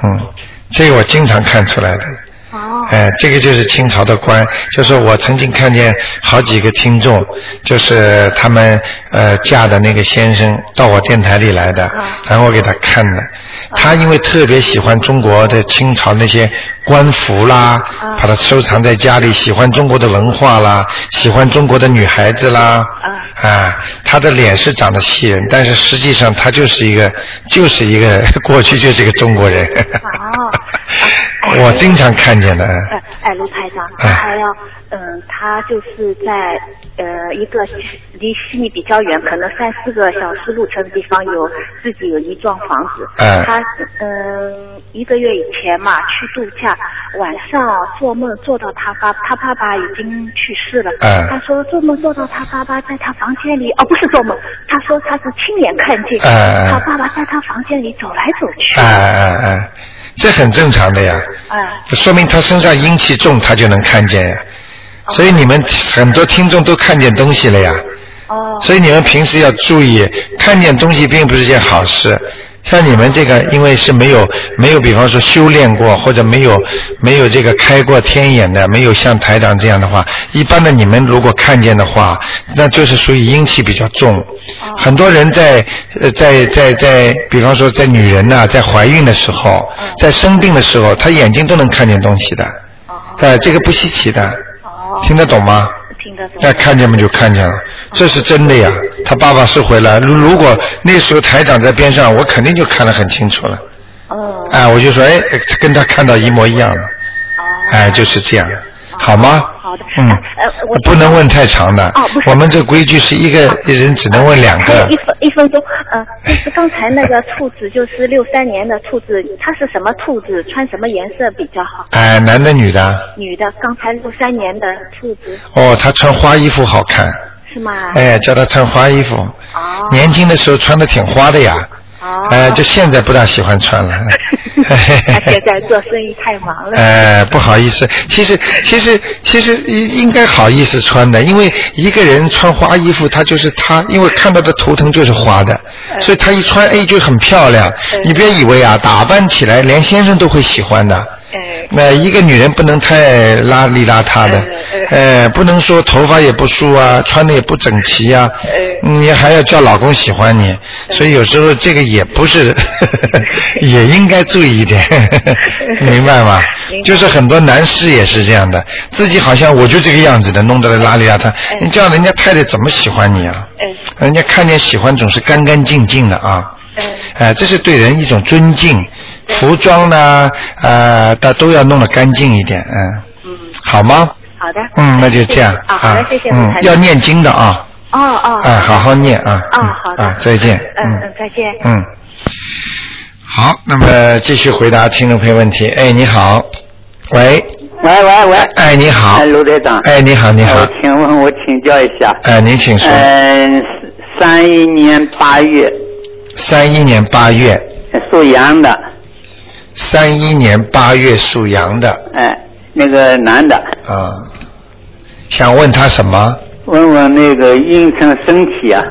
S1: 嗯，这个我经常看出来的，
S6: 哦
S1: 哎、这个就是清朝的官，就是我曾经看见好几个听众，就是他们呃嫁的那个先生到我电台里来的，然后我给他看的，他因为特别喜欢中国的清朝那些官服啦，把它收藏在家里，喜欢中国的文化啦，喜欢中国的女孩子啦，啊，他的脸是长得细人，但是实际上他就是一个就是一个 过去就是一个中国人。
S6: 哦
S1: 我经常看见的，
S6: 哎哎，卢台长，
S1: 哎
S6: 他还要，嗯，他就是在呃一个离悉尼比较远，可能三四个小时路程的地方有自己有一幢房子。
S1: 哎
S6: 他嗯一个月以前嘛去度假，晚上做梦做到他爸，他爸爸已经去世了。
S1: 哎
S6: 他说做梦做到他爸爸在他房间里，哦不是做梦，他说他是亲眼看见、
S1: 哎
S6: 他爸爸在他房间里走来走去。
S1: 哎哎哎，这很正常的呀，
S6: 哎
S1: 说明他身上阴气重，他就能看见呀。所以你们很多听众都看见东西了呀，
S6: 哦
S1: 所以你们平时要注意，看见东西并不是件好事。像你们这个，因为是没有没有，比方说修炼过，或者没有没有这个开过天眼的，没有像台长这样的话，一般的你们如果看见的话，那就是属于阴气比较重。
S6: 哦
S1: 很多人在呃在在在，比方说在女人呐、在怀孕的时
S6: 哦
S1: 候，在生病的时候，她眼睛都能看见东西的，哎、这个不稀奇的，
S6: 哦，
S1: 听得懂吗？
S6: 听得懂。
S1: 那哎看见嘛就看见了，这是真的呀。他爸爸是回来，如如果那时候台长在边上，我肯定就看得很清楚了。
S6: 嗯。
S1: 哎，我就说，哎，跟他看到一模一样了。
S6: 哦
S1: 哎，就是这样，好吗？
S6: 好的
S1: 嗯
S6: 哎呃我，
S1: 不能问太长的
S6: 哦不。是哦
S1: 我们这规矩是一个人只能问 两
S6: 还有
S1: 个
S6: 一。分一分钟，呃，就是刚才那个兔子，就是六三年的兔子，它是什么兔子？穿什么颜色比较好？
S1: 哎，男的女的？
S6: 女的，刚才六三年的兔子
S1: 哦，他穿花衣服好看。
S6: 是吗？
S1: 哎，叫他穿花衣服。
S6: 啊哦
S1: 年轻的时候穿的挺花的呀。
S6: 哦，
S1: 哎，就现在不大喜欢穿了。
S6: 他现在做生意太忙了。
S1: 呃，不好意思，其实其实其实应应该好意思穿的，因为一个人穿花衣服，他就是他，因为看到的图腾就是花的，
S6: 嗯
S1: 所以他一穿哎就很漂亮。你别以为啊，打扮起来连先生都会喜欢的。
S6: 哎，
S1: 那、一个女人不能太邋里邋遢的，呃，不能说头发也不梳啊，穿的也不整齐啊，你还要叫老公喜欢你，所以有时候这个也不是， 也应该注意一点， 明白吗？就是很多男士也是这样的，自己好像我就这个样子的，弄得邋里邋遢，你这样人家太太怎么喜欢你啊？人家看见喜欢总是干干净净的啊。哎、这是对人一种尊敬。服装呢，呃，大都要弄得干净一点，嗯，
S6: 嗯，
S1: 好吗？
S6: 好的。
S1: 嗯，那就这样
S6: 啊，好的，谢谢卢
S1: 嗯
S6: 台，
S1: 要
S6: 长。
S1: 念经的啊，
S6: 哦哦。
S1: 哎，好好念啊。
S6: 哦
S1: 嗯
S6: 好的
S1: 啊，再见。
S6: 嗯嗯，再见。
S1: 嗯。好，那么继续回答听众朋友问题。哎，你好，喂，
S7: 喂喂喂，
S1: 哎，你好
S7: 哎，，卢队长，
S1: 哎，你好，你
S7: 哎，
S1: 好
S7: 我，请问我请教一下，
S1: 哎，您请说。
S7: 嗯，三一年八月
S1: 三一年八月，
S7: 属羊的，
S1: 三一年八月属羊的，
S7: 哎，那个男的，
S1: 啊，想问他什么？
S7: 问问那个运程身体啊，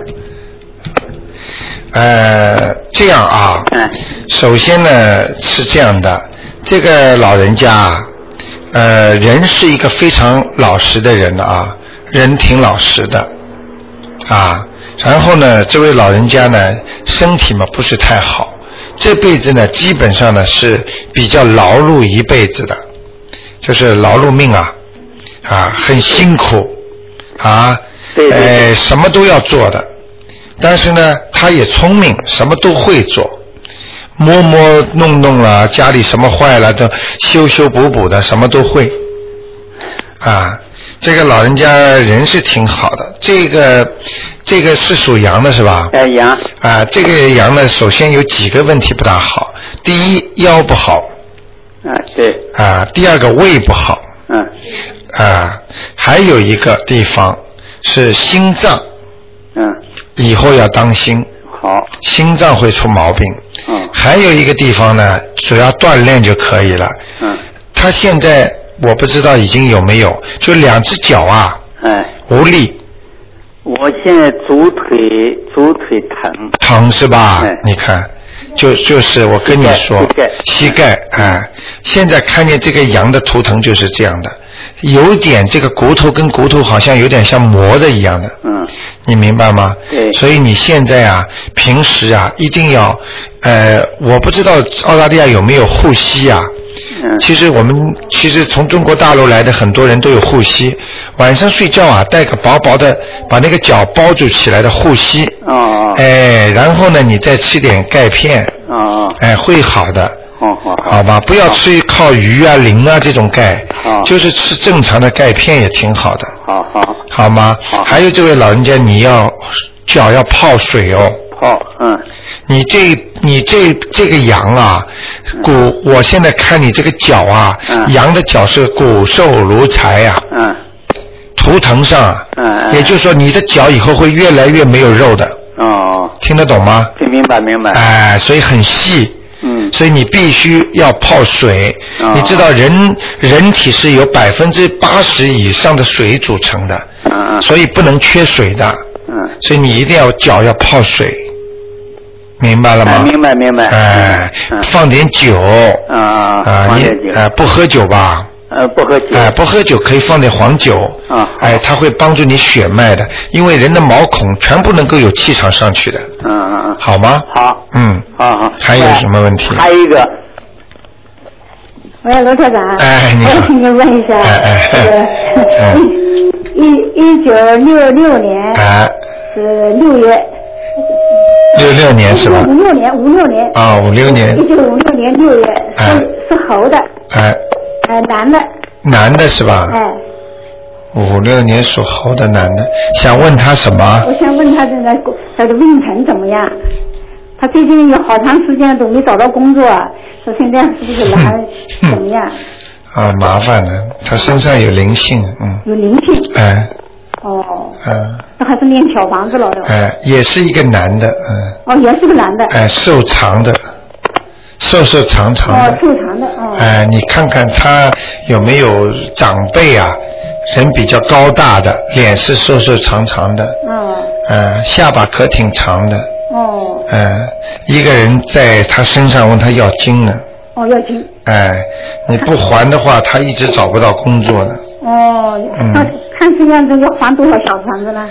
S1: 呃，这样啊，
S7: 哎，
S1: 首先呢是这样的，这个老人家啊呃，人是一个非常老实的人啊，人挺老实的啊。然后呢，这位老人家呢，身体嘛不是太好，这辈子呢基本上呢是比较劳碌一辈子的，就是劳碌命啊啊，很辛苦啊，
S7: 对对对
S1: 呃，什么都要做的。但是呢，他也聪明，什么都会做。摸摸弄弄啦，家里什么坏了都修修补补的，什么都会。啊，这个老人家人是挺好的。这个这个是属羊的是吧？
S7: 哎羊，
S1: 啊，这个羊呢，首先有几个问题不大好。第一，腰不好
S7: 啊对，
S1: 啊；第二个，胃不好
S7: 嗯
S1: 啊；还有一个地方是心脏，
S7: 嗯，
S1: 以后要当心，
S7: 好，
S1: 心脏会出毛病。
S7: 嗯
S1: 还有一个地方呢，只要锻炼就可以了。
S7: 嗯，
S1: 他现在我不知道已经有没有，就两只脚啊
S7: 哎，
S1: 无力
S7: 我现在左腿左腿疼，
S1: 疼是吧
S7: 哎？
S1: 你看，就就是我跟你说
S7: 膝盖，
S1: 膝盖啊、现在看见这个羊的图腾就是这样的，有点这个骨头跟骨头好像有点像磨的一样的，
S7: 嗯
S1: 你明白吗？
S7: 对
S1: 所以你现在啊，平时啊，一定要，呃，我不知道澳大利亚有没有护膝啊。
S7: 嗯
S1: 其实我们其实从中国大陆来的很多人都有护膝，晚上睡觉啊带个薄薄的把那个脚包住起来的护膝，
S7: 哦哦
S1: 哎，然后呢你再吃点钙片，
S7: 哦
S1: 哎会好的，
S7: 哦好
S1: 好吧？不要吃靠鱼啊磷啊这种钙
S7: 好，
S1: 就是吃正常的钙片也挺好的，
S7: 好好
S1: 好吗？
S7: 好
S1: 还有这位老人家，你要脚要泡水哦。
S7: 泡嗯
S1: 你这你这这个羊啊，骨，我现在看你这个脚啊，
S7: 嗯
S1: 羊的脚是骨瘦如柴啊，
S7: 嗯
S1: 图腾上啊，
S7: 嗯嗯
S1: 也就是说你的脚以后会越来越没有肉的，
S7: 哦，
S1: 听得懂吗？
S7: 这明白明白，
S1: 哎、所以很细，
S7: 嗯
S1: 所以你必须要泡水。
S7: 哦
S1: 你知道人人体是由百分之八十以上的水组成的，
S7: 嗯
S1: 所以不能缺水的，
S7: 嗯
S1: 所以你一定要脚要泡水，明白了
S7: 嗯，
S1: 吗？
S7: 哎明白明白，
S1: 哎
S7: 嗯，
S1: 放点酒
S7: 嗯啊
S1: 啊，
S7: 放
S1: 你
S7: 点酒
S1: 哎不喝酒吧？
S7: 呃不喝酒，
S1: 哎，不喝酒可以放点黄酒
S7: 啊，
S1: 哎，它会帮助你血脉的，因为人的毛孔全部能够有气场上去的，
S7: 嗯嗯嗯，
S1: 好吗？
S7: 好，
S1: 嗯，
S7: 好好，
S1: 还有什么问题
S7: 还有一个，
S4: 喂，罗台长。
S1: 哎 你好
S4: 我请您问一下，
S1: 哎哎哎
S4: 这个一一九六六年
S1: 哎，
S4: 是六月，
S1: 六六年是吧
S4: 五？六年五六年，
S1: 啊，五六年，
S4: 一九五六年六月
S1: 哎
S4: 是是猴的，
S1: 哎，
S4: 呃，男的，
S1: 男的是吧？
S4: 哎，
S1: 五六年属猴的男的，想问他什么？
S4: 我想问他这个他的运程怎么样？他最近有好长时间都没找到工作，说现在是不是 难
S1: 哼
S4: 怎么样？
S1: 啊，麻烦了，他身上有灵性，嗯，
S4: 有灵性
S1: 哎，
S4: 哦，
S1: 嗯，
S4: 那还是念小房子了哟。
S1: 哎，也是一个男的，嗯。
S4: 哦，也是个男的，
S1: 哎，瘦长的，瘦瘦长长
S4: 哦，
S1: 的。
S4: 正常的，哦，
S1: 哎，你看看他有没有长辈啊？人比较高大的，脸是瘦瘦长长的，
S4: 哦，
S1: 呃，下巴可挺长的，
S4: 哦，
S1: 呃，一个人在他身上问他要经呢，
S4: 哦，要紧，
S1: 哎，你不还的话，他一直找不到工作的。
S4: 哦，
S1: 嗯
S4: 那看这样子要还多少小房子呢？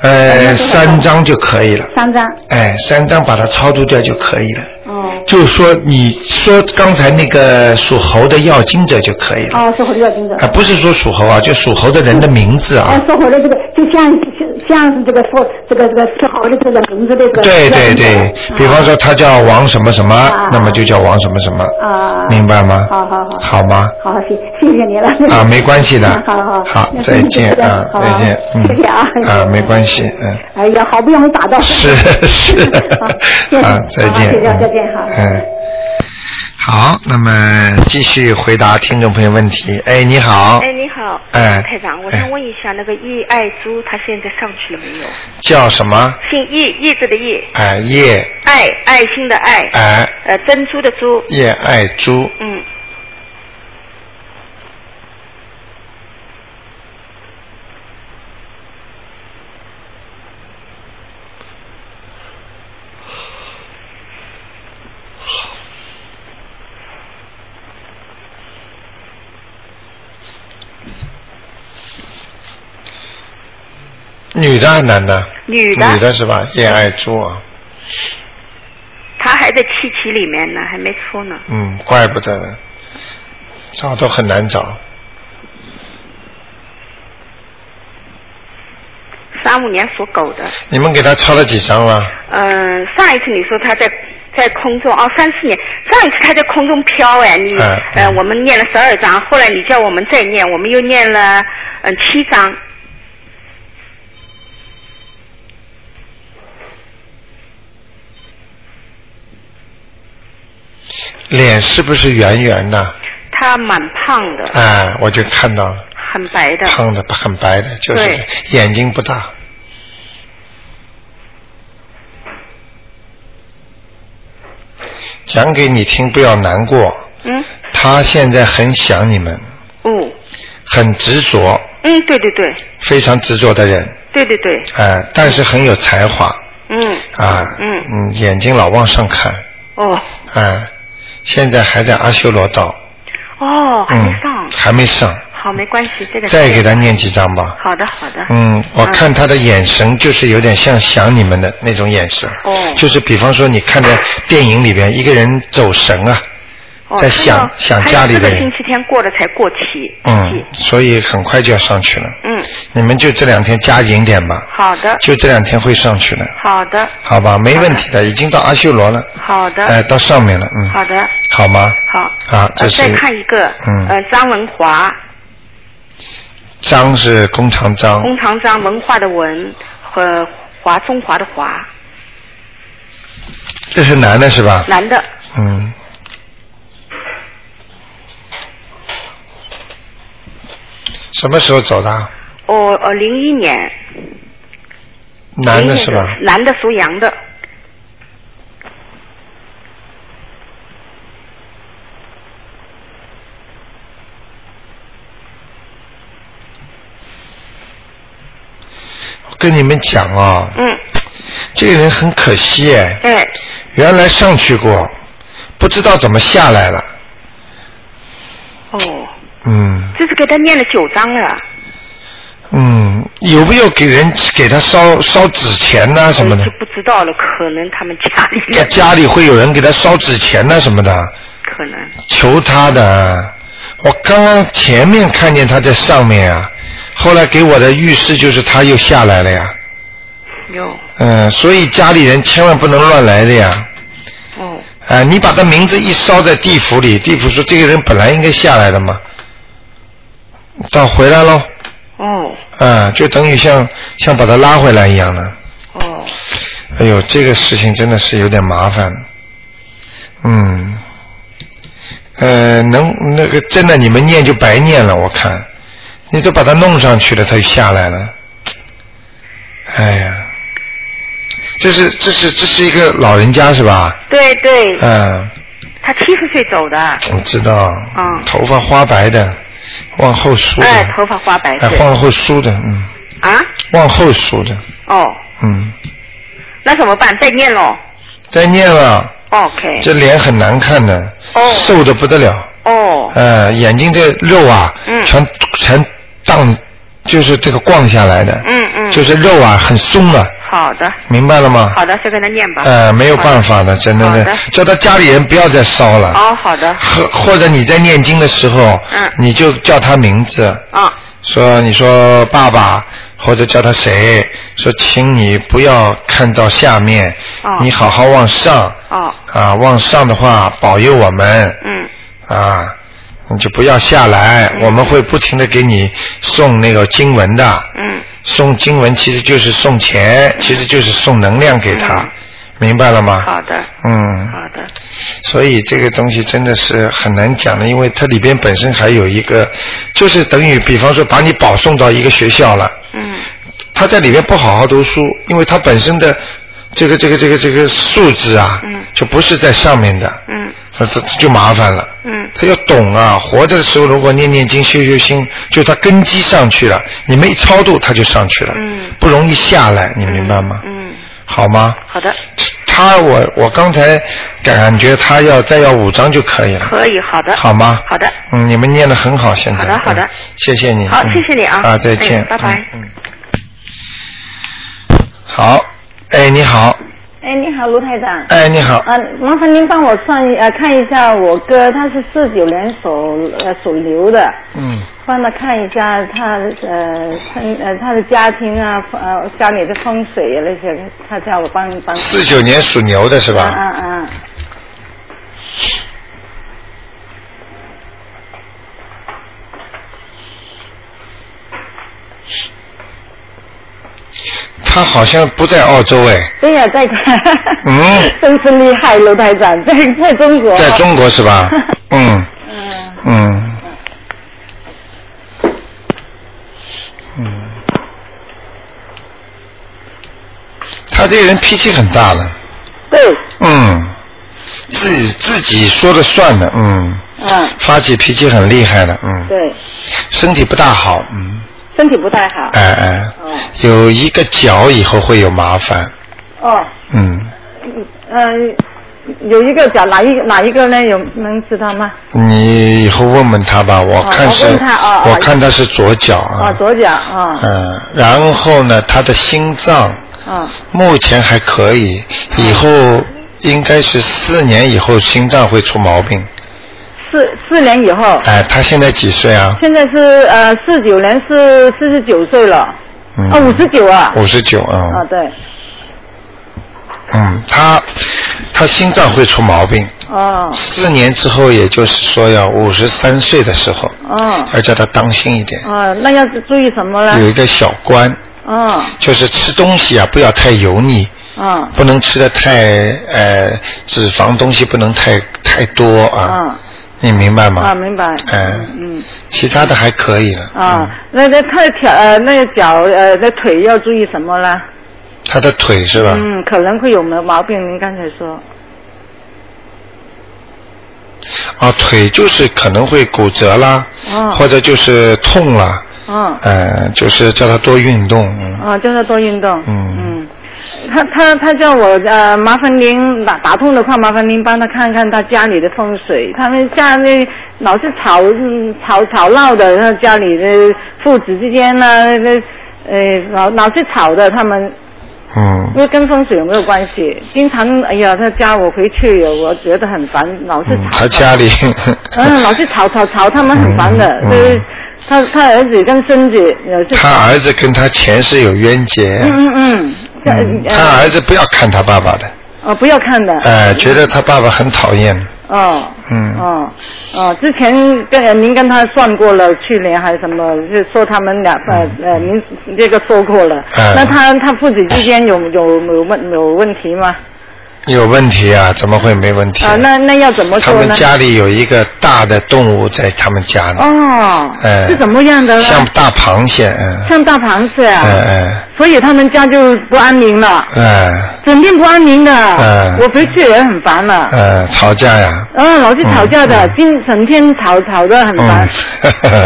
S1: 呃，三张就可以了，
S4: 三张，
S1: 哎，三张把它超度掉就可以了。
S4: 哦，
S1: 就说你说刚才那个属猴的要经者就可以了。
S4: 哦，说回要紧的
S1: 啊，，不是说属猴啊，就属猴的人的名字
S4: 哦
S1: 啊，。
S4: 说回来这个就像像是这个说这个这个是好的这个名字这个，嗯
S1: 对对对，
S4: 哦
S1: 比方说他叫王什么什么
S4: 啊，
S1: 那么就叫王什么什么，
S4: 啊，
S1: 明白吗？
S4: 好好好
S1: 好 吗？
S4: 好，谢谢谢你了。
S1: 啊，没关系的。
S4: 嗯好好
S1: 好，
S4: 那
S1: 再
S4: 谢谢
S1: 见
S4: 谢谢
S1: 啊，
S4: 好
S1: 再见，嗯。
S4: 谢谢啊
S1: 啊，没关系， 嗯。
S4: 哎呀，好不容易打到。
S1: 是是
S4: 好，谢谢
S1: 啊，再
S4: 好谢
S1: 见，
S4: 谢再见好
S1: 嗯。好，那么继续回答听众朋友问题。哎，你好。
S8: 哎，你好，
S1: 哎
S8: 台长，我
S1: 哎
S8: 想问一下，那个易爱珠，她现在上去了没有？
S1: 叫什么？
S8: 姓易，叶子的叶，
S1: 哎，叶
S8: 爱爱心的爱，
S1: 哎
S8: 呃，珍珠的珠，
S1: 叶爱珠，
S8: 嗯，
S1: 女的还是啊男的？
S5: 女的，
S1: 女的是吧？也爱猪啊，
S5: 她还在七期里面呢，还没出呢。
S1: 嗯，怪不得呢，找都很难找。
S5: 三五年属狗的，
S1: 你们给他抄了几张了？
S5: 嗯、上一次你说她在在空中哦，三四年，上一次她在空中飘哎，你、
S1: 哎
S5: 呃，我们念了十二章，后来你叫我们再念，我们又念了嗯七章，
S1: 脸是不是圆圆的？
S5: 她蛮胖的，
S1: 哎，我就看到了，
S5: 很白的，
S1: 胖的很白的，就是
S5: 对
S1: 眼睛不大。讲给你听，不要难过。
S5: 嗯，
S1: 他现在很想你们，
S5: 哦，
S1: 很执着，
S5: 嗯，对对对，
S1: 非常执着的人，
S5: 对对对，
S1: 哎、但是很有才华
S5: 嗯，
S1: 啊，
S5: 嗯
S1: 嗯，眼睛老往上看，
S5: 哦
S1: 哎、现在还在阿修罗道，
S5: 哦，还没
S1: 嗯
S5: 上，，
S1: 还没上，
S5: 好，没关系，这个
S1: 再给他念几张吧。
S5: 好的好的，
S1: 嗯，我
S5: 嗯
S1: 看他的眼神就是有点像想你们的那种眼神，
S5: 哦
S1: 就是比方说你看着电影里边一个人走神啊，
S5: 哦
S1: 在
S5: 还
S1: 想
S5: 有
S1: 想
S5: 还
S1: 家
S5: 有
S1: 里
S5: 这
S1: 的
S5: 个
S1: 人
S5: 星期天过了才过期，
S1: 嗯，所以很快就要上去了。
S5: 嗯，
S1: 你们就这两天加紧点吧，
S5: 好的
S1: 就这两天会上去的，
S5: 好的
S1: 好吧？没问题的，已经到阿修罗了，
S5: 好的、
S1: 哎、到上面了，嗯，
S5: 好的
S1: 好吗？
S5: 好，
S1: 啊，这
S5: 呃
S1: 是
S5: 再看一个，
S1: 嗯
S5: 呃张文华，
S1: 张是弓长张，
S5: 工长张文化的文和华中华的华，
S1: 这是男的是吧？
S5: 男的，
S1: 嗯。什么时候走的啊？
S5: 哦呃零一年，
S1: 男的
S5: 01
S1: 是吧？
S5: 男的属羊的，
S1: 我跟你们讲啊、
S5: 嗯，
S1: 这个人很可惜哎，
S5: 哎，
S1: 原来上去过，不知道怎么下来了。
S5: 哦，
S1: 嗯
S5: 这是给他念了九章了，
S1: 嗯，有没有给人给他烧烧纸钱呐、什么哎的
S5: 我就？不知道了，可能他们家里
S1: 在
S5: 人
S1: 家里会有人给他烧纸钱呐、什么的，
S5: 可能，
S1: 求他的。我刚刚前面看见他在上面啊，后来给我的预示就是他又下来了呀。
S5: 哟，
S1: 嗯，所以家里人千万不能乱来的呀。
S5: 哦，
S1: 啊、你把他名字一烧在地府里，地府说这个人本来应该下来的嘛，到回来喽，啊、
S5: 哦，
S1: 就等于像像把他拉回来一样的。
S5: 哦，
S1: 哎呦，这个事情真的是有点麻烦。嗯，呃，能那个真的你们念就白念了，我看，你都把他弄上去了，他就下来了。哎呀，这是这是这是一个老人家是吧？
S5: 对对，
S1: 嗯，
S5: 他七十岁走的，啊
S1: 我知道。
S5: 嗯
S1: 头发花白的，往后梳的。
S5: 哎，头发花白
S1: 哎
S5: 对，
S1: 往后梳的，嗯，
S5: 啊，
S1: 往后梳的，
S5: 哦，
S1: 嗯，
S5: 那怎么办？再念喽
S1: 再念了，
S5: ，OK，
S1: 这脸很难看的，
S5: 哦
S1: 瘦的不得了。
S5: 哦，
S1: 呃，眼睛这肉啊，
S5: 嗯
S1: 全全荡，就是这个逛下来的，
S5: 嗯嗯
S1: 就是肉啊很松了，
S5: 好的，
S1: 明白了吗？
S5: 好的，就跟他念吧。
S1: 呃，没有办
S5: 好
S1: 法的，真的
S5: 好的
S1: 是，叫他家里人不要再烧了
S5: 的。，哦，好的，
S1: 和或者你在念经的时候，
S5: 嗯
S1: 你就叫他名字，
S5: 啊，
S1: 说你说爸爸或者叫他谁，说请你不要看到下面，
S5: 哦
S1: 你好好往上，
S5: 哦，
S1: 啊，往上的话保佑我们，
S5: 嗯，
S1: 啊，你就不要下来，我们会不停的给你送那个经文的，
S5: 嗯，
S1: 送经文其实就是送钱，其实就是送能量给他，明白了吗？
S5: 嗯好的，
S1: 嗯，
S5: 好的，
S1: 所以这个东西真的是很难讲的，因为它里边本身还有一个，就是等于比方说把你保送到一个学校了，
S5: 嗯，
S1: 他在里面不好好读书，因为他本身的这个这个这个这个素质啊，
S5: 嗯
S1: 就不是在上面的，
S5: 嗯，
S1: 他他他就麻烦了，
S5: 嗯
S1: 他要懂啊，活着的时候如果念念经修修心，就他根基上去了，你没超度他就上去了，
S5: 嗯
S1: 不容易下来，你明白吗？
S5: 嗯，嗯
S1: 好吗？
S5: 好的，
S1: 他我我刚才感觉他要再要五张就可以了，
S5: 可以，好的，
S1: 好吗？
S5: 好的，
S1: 嗯，你们念的很好，现在。
S5: 好的好的
S1: 嗯谢谢你。
S5: 好
S1: 嗯
S5: 谢谢你啊
S1: 啊，再
S5: 哎
S1: 见。
S5: 拜拜
S1: 嗯。嗯好，哎，你好，
S9: 哎，你好，卢台长。
S1: 哎你好
S6: 呃
S9: 啊，麻烦您帮我算一呃看一下我哥，他是四九年手呃手流的，
S1: 嗯，
S9: 帮他看一下他呃他呃他的家庭啊呃家里的风水啊那些，他叫我帮帮。
S1: 四九年属牛的是
S6: 呃
S1: 吧？
S9: 啊啊啊！
S1: 他好像不在澳洲哎，
S9: 对呀、在 看。
S1: 嗯。
S9: 真是厉害，卢台长， 在在中国。
S1: 在中国是吧？嗯。嗯。嗯。他这个人脾气很大的。
S9: 对。
S1: 嗯。自己自己说了算的，嗯，
S9: 嗯，
S1: 发起脾气很厉害的，嗯，
S9: 对，
S1: 身体不大好，嗯，
S9: 身体不太好。
S1: 哎哎，有一个脚以后会有麻烦，
S9: 哦，
S1: 嗯，
S9: 嗯、呃，有一个讲哪一哪一个呢？有能知道吗？
S1: 你以后问问他吧，我
S9: 哦
S1: 看
S9: 我
S1: 是，
S9: 问他哦哦
S1: 我看他是左脚啊，
S9: 啊，左脚啊，
S1: 嗯，然后呢，他的心脏
S9: 啊，
S1: 目前还可以，以后应该是四年以后心脏会出毛病。
S9: 四四年以后。
S1: 哎，他现在几岁啊？
S9: 现在是呃四九年是四十九岁了，
S1: 嗯，
S9: 啊五十九啊，
S1: 五十九啊
S9: 啊，对，
S1: 嗯，他他心脏会出毛病，
S9: 哦
S1: 四年之后，也就是说要五十三岁的时候，
S9: 哦
S1: 要叫他当心一点。
S9: 哦，那要注意什么呢？
S1: 有一个小关，
S9: 哦
S1: 就是吃东西啊，不要太油腻。
S9: 哦
S1: 不能吃的太呃脂肪东西不能太太多啊，
S9: 哦
S1: 你明白吗？
S9: 啊，明白，
S1: 嗯，
S9: 嗯
S1: 其他的还可以了。嗯
S9: 啊，那那他的脚呃那个脚呃那腿要注意什么呢？
S1: 他的腿是吧？
S9: 嗯，可能会有毛毛病，您刚才说，
S1: 啊，腿就是可能会骨折啦，
S9: 哦
S1: 或者就是痛啦，
S9: 哦
S1: 呃，就是叫他多运动。嗯
S9: 哦，叫他多运动，
S1: 嗯，
S9: 嗯。他他他叫我呃，麻烦您打打通的话，麻烦您帮他看看他家里的风水。他们家那老是吵嗯吵吵闹的，他家里的父子之间呢、那呃老老是吵的，他们
S1: 嗯，
S9: 因为跟风水有没有关系？经常哎呀，他家我回去我觉得很烦，老是吵。
S1: 嗯他家里
S9: 嗯，老是吵吵吵，他们很烦的。就是他他儿子跟孙子有时。
S1: 嗯他儿子跟他前世有冤结，
S9: 嗯嗯嗯，这
S1: 嗯他儿子不要看他爸爸的，
S9: 呃哦不要看的。
S1: 呃，觉得他爸爸很讨厌，
S9: 哦。
S1: 嗯。
S9: 哦哦，之前跟呃您跟他算过了，去年还是什么，就说他们俩呃呃，您这个说过了。
S1: 嗯
S9: 那他他父子之间有有有问有问题吗？
S1: 有问题啊？怎么会没问题？
S9: 啊，那那要怎么
S1: 他
S9: 说
S1: 们
S9: 呢？
S1: 家里有一个大的动物在他们家呢，
S9: 哦，
S1: 哎
S9: 是怎么样的呢？
S1: 像大螃蟹，嗯，
S9: 像大螃蟹啊，
S1: 哎
S9: 所以他们家就不安宁了，
S1: 哎哎
S9: 整天不安宁的。
S1: 嗯
S9: 我回去也很烦了。
S1: 哎，吵架呀，
S9: 嗯，老是吵架的，今整天吵吵的很
S1: 嗯
S9: 烦。，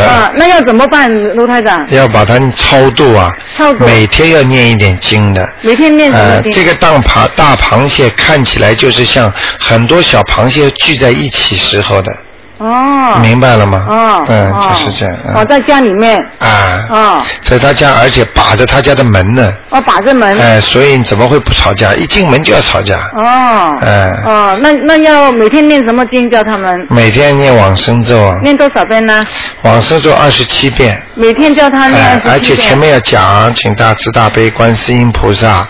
S9: 啊，那要怎么办，卢台长？
S1: 要把它超度啊，
S9: 超度嗯
S1: 每天要念一点经的。
S9: 每天念什么
S1: 呃，
S9: 经？
S1: 这个大螃大螃蟹看起来就是像很多小螃蟹聚在一起时候的，
S9: 哦，
S1: 明白了吗？
S9: 哦，
S1: 嗯，
S9: 哦
S1: 就是这样。嗯
S9: 哦，在家里面，
S1: 啊，
S9: 哦，
S1: 在他家，而且把着他家的门呢。
S9: 哦，把着门，
S1: 哎，所以你怎么会不吵架？一进门就要吵架。
S9: 哦，
S1: 哎，嗯
S9: 哦，那那要每天念什么经教他们？
S1: 每天念往生咒啊，
S9: 念多少遍呢？
S1: 往生咒二十七遍。
S9: 每天教他念
S1: 哎，
S9: 27
S1: 而且前面要讲，请大慈大悲观世音菩萨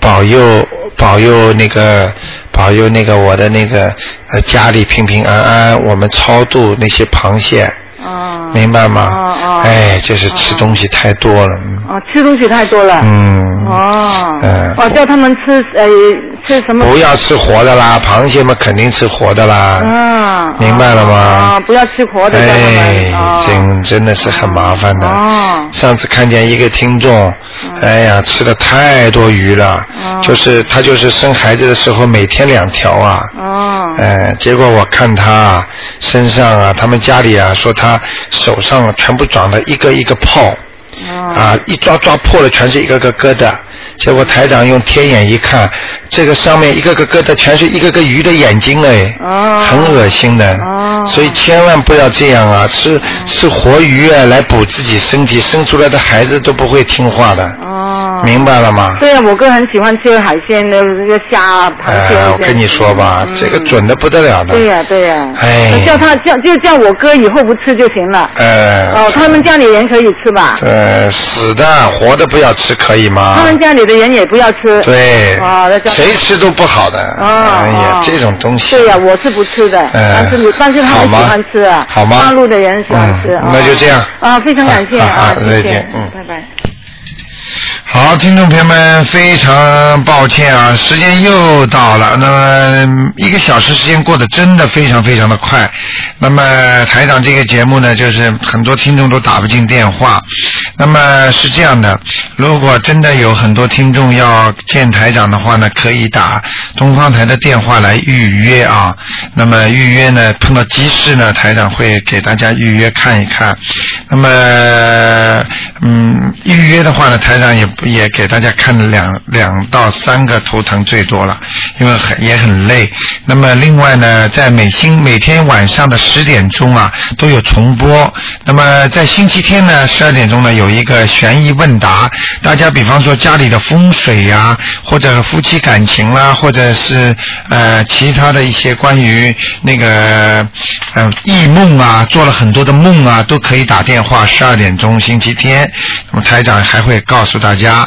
S1: 保佑保佑那个保佑那个我的那个呃家里平平安安，我们超度那些螃蟹，
S9: 遍，哦，
S1: 明白吗？
S9: 哦哦
S1: 哎，就是吃东西太多了，
S9: 哦，吃东西太多了，
S1: 嗯。
S9: 哦，
S1: 嗯
S9: 哦，叫他们吃呃吃什么？
S1: 不要吃活的啦，螃蟹嘛肯定吃活的啦。
S9: 啊，
S1: 明白了吗
S9: 啊，不要吃活的，叫他们，
S1: 哎
S9: 哦，
S1: 真真的是很麻烦的。
S9: 哦
S1: 上次看见一个听众，
S9: 嗯
S1: 哎呀，吃的太多鱼了，
S9: 哦
S1: 就是他就是生孩子的时候每天两条啊，
S9: 哦，
S1: 哎，结果我看他啊身上啊，他们家里啊说他手上全部长了一个一个泡，
S9: 哦，
S1: 啊，一抓抓破了，全是一个个疙瘩。结果台长用天眼一看，这个上面一个个疙瘩全是一个个鱼的眼睛哎，
S9: 哦
S1: 很恶心的。
S9: 哦嗯
S1: 所以千万不要这样啊，吃吃活鱼啊来补自己身体，生出来的孩子都不会听话的。
S9: 哦，哦
S1: 明白了吗？
S9: 对呀，我个人喜欢吃海鲜的，那个虾、螃蟹这
S1: 哎，
S9: 样。
S1: 我跟你说吧，这个准的不得了的。
S9: 嗯对呀，对呀。
S1: 哎
S9: 叫他叫就叫我哥以后不吃就行了。
S1: 呃，
S9: 哦，他们家里人可以吃吧？
S1: 呃，死的活的不要吃，可以
S9: 他
S1: 吗？
S9: 们家里的人也不要吃。
S1: 啊对
S9: 哦，那叫。哦
S1: 谁吃都不好的。哎呀，这种东西。
S9: 啊
S1: 哎
S9: 对呀，我是不吃的，但是但是他们喜欢吃啊，
S1: 好吗嗯
S9: 大陆的人喜欢吃。
S1: 那就这样。
S9: 啊，非常感谢啊，
S1: 再
S9: 谢谢
S1: 见，，嗯。
S9: 拜拜。
S1: 好，听众朋友们，非常抱歉啊，时间又到了。那么一个小时时间过得真的非常非常的快。那么台长这个节目呢，就是很多听众都打不进电话。那么是这样的，如果真的有很多听众要见台长的话呢，可以打东方台的电话来预约啊。那么预约呢，碰到急事呢，台长会给大家预约看一看。那么，嗯，预约的话呢，台长也也给大家看了两两到三个图腾最多了，因为很也很累。那么另外呢，在每星每天晚上的十点钟啊都有重播。那么在星期天呢，十二点钟呢有一个悬疑问答，大家比方说家里的风水呀、或者夫妻感情啊啦、或者是呃其他的一些关于那个呃异梦啊，做了很多的梦啊，都可以打电话，十二点钟星期天，那么台长还会告诉大家。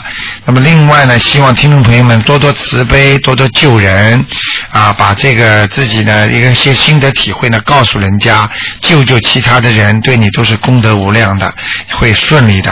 S1: 那么另外呢，希望听众朋友们多多慈悲，多多救人啊，把这个自己的一个一些心得体会呢告诉人家，救救其他的人，对你都是功德无量的，会顺利的。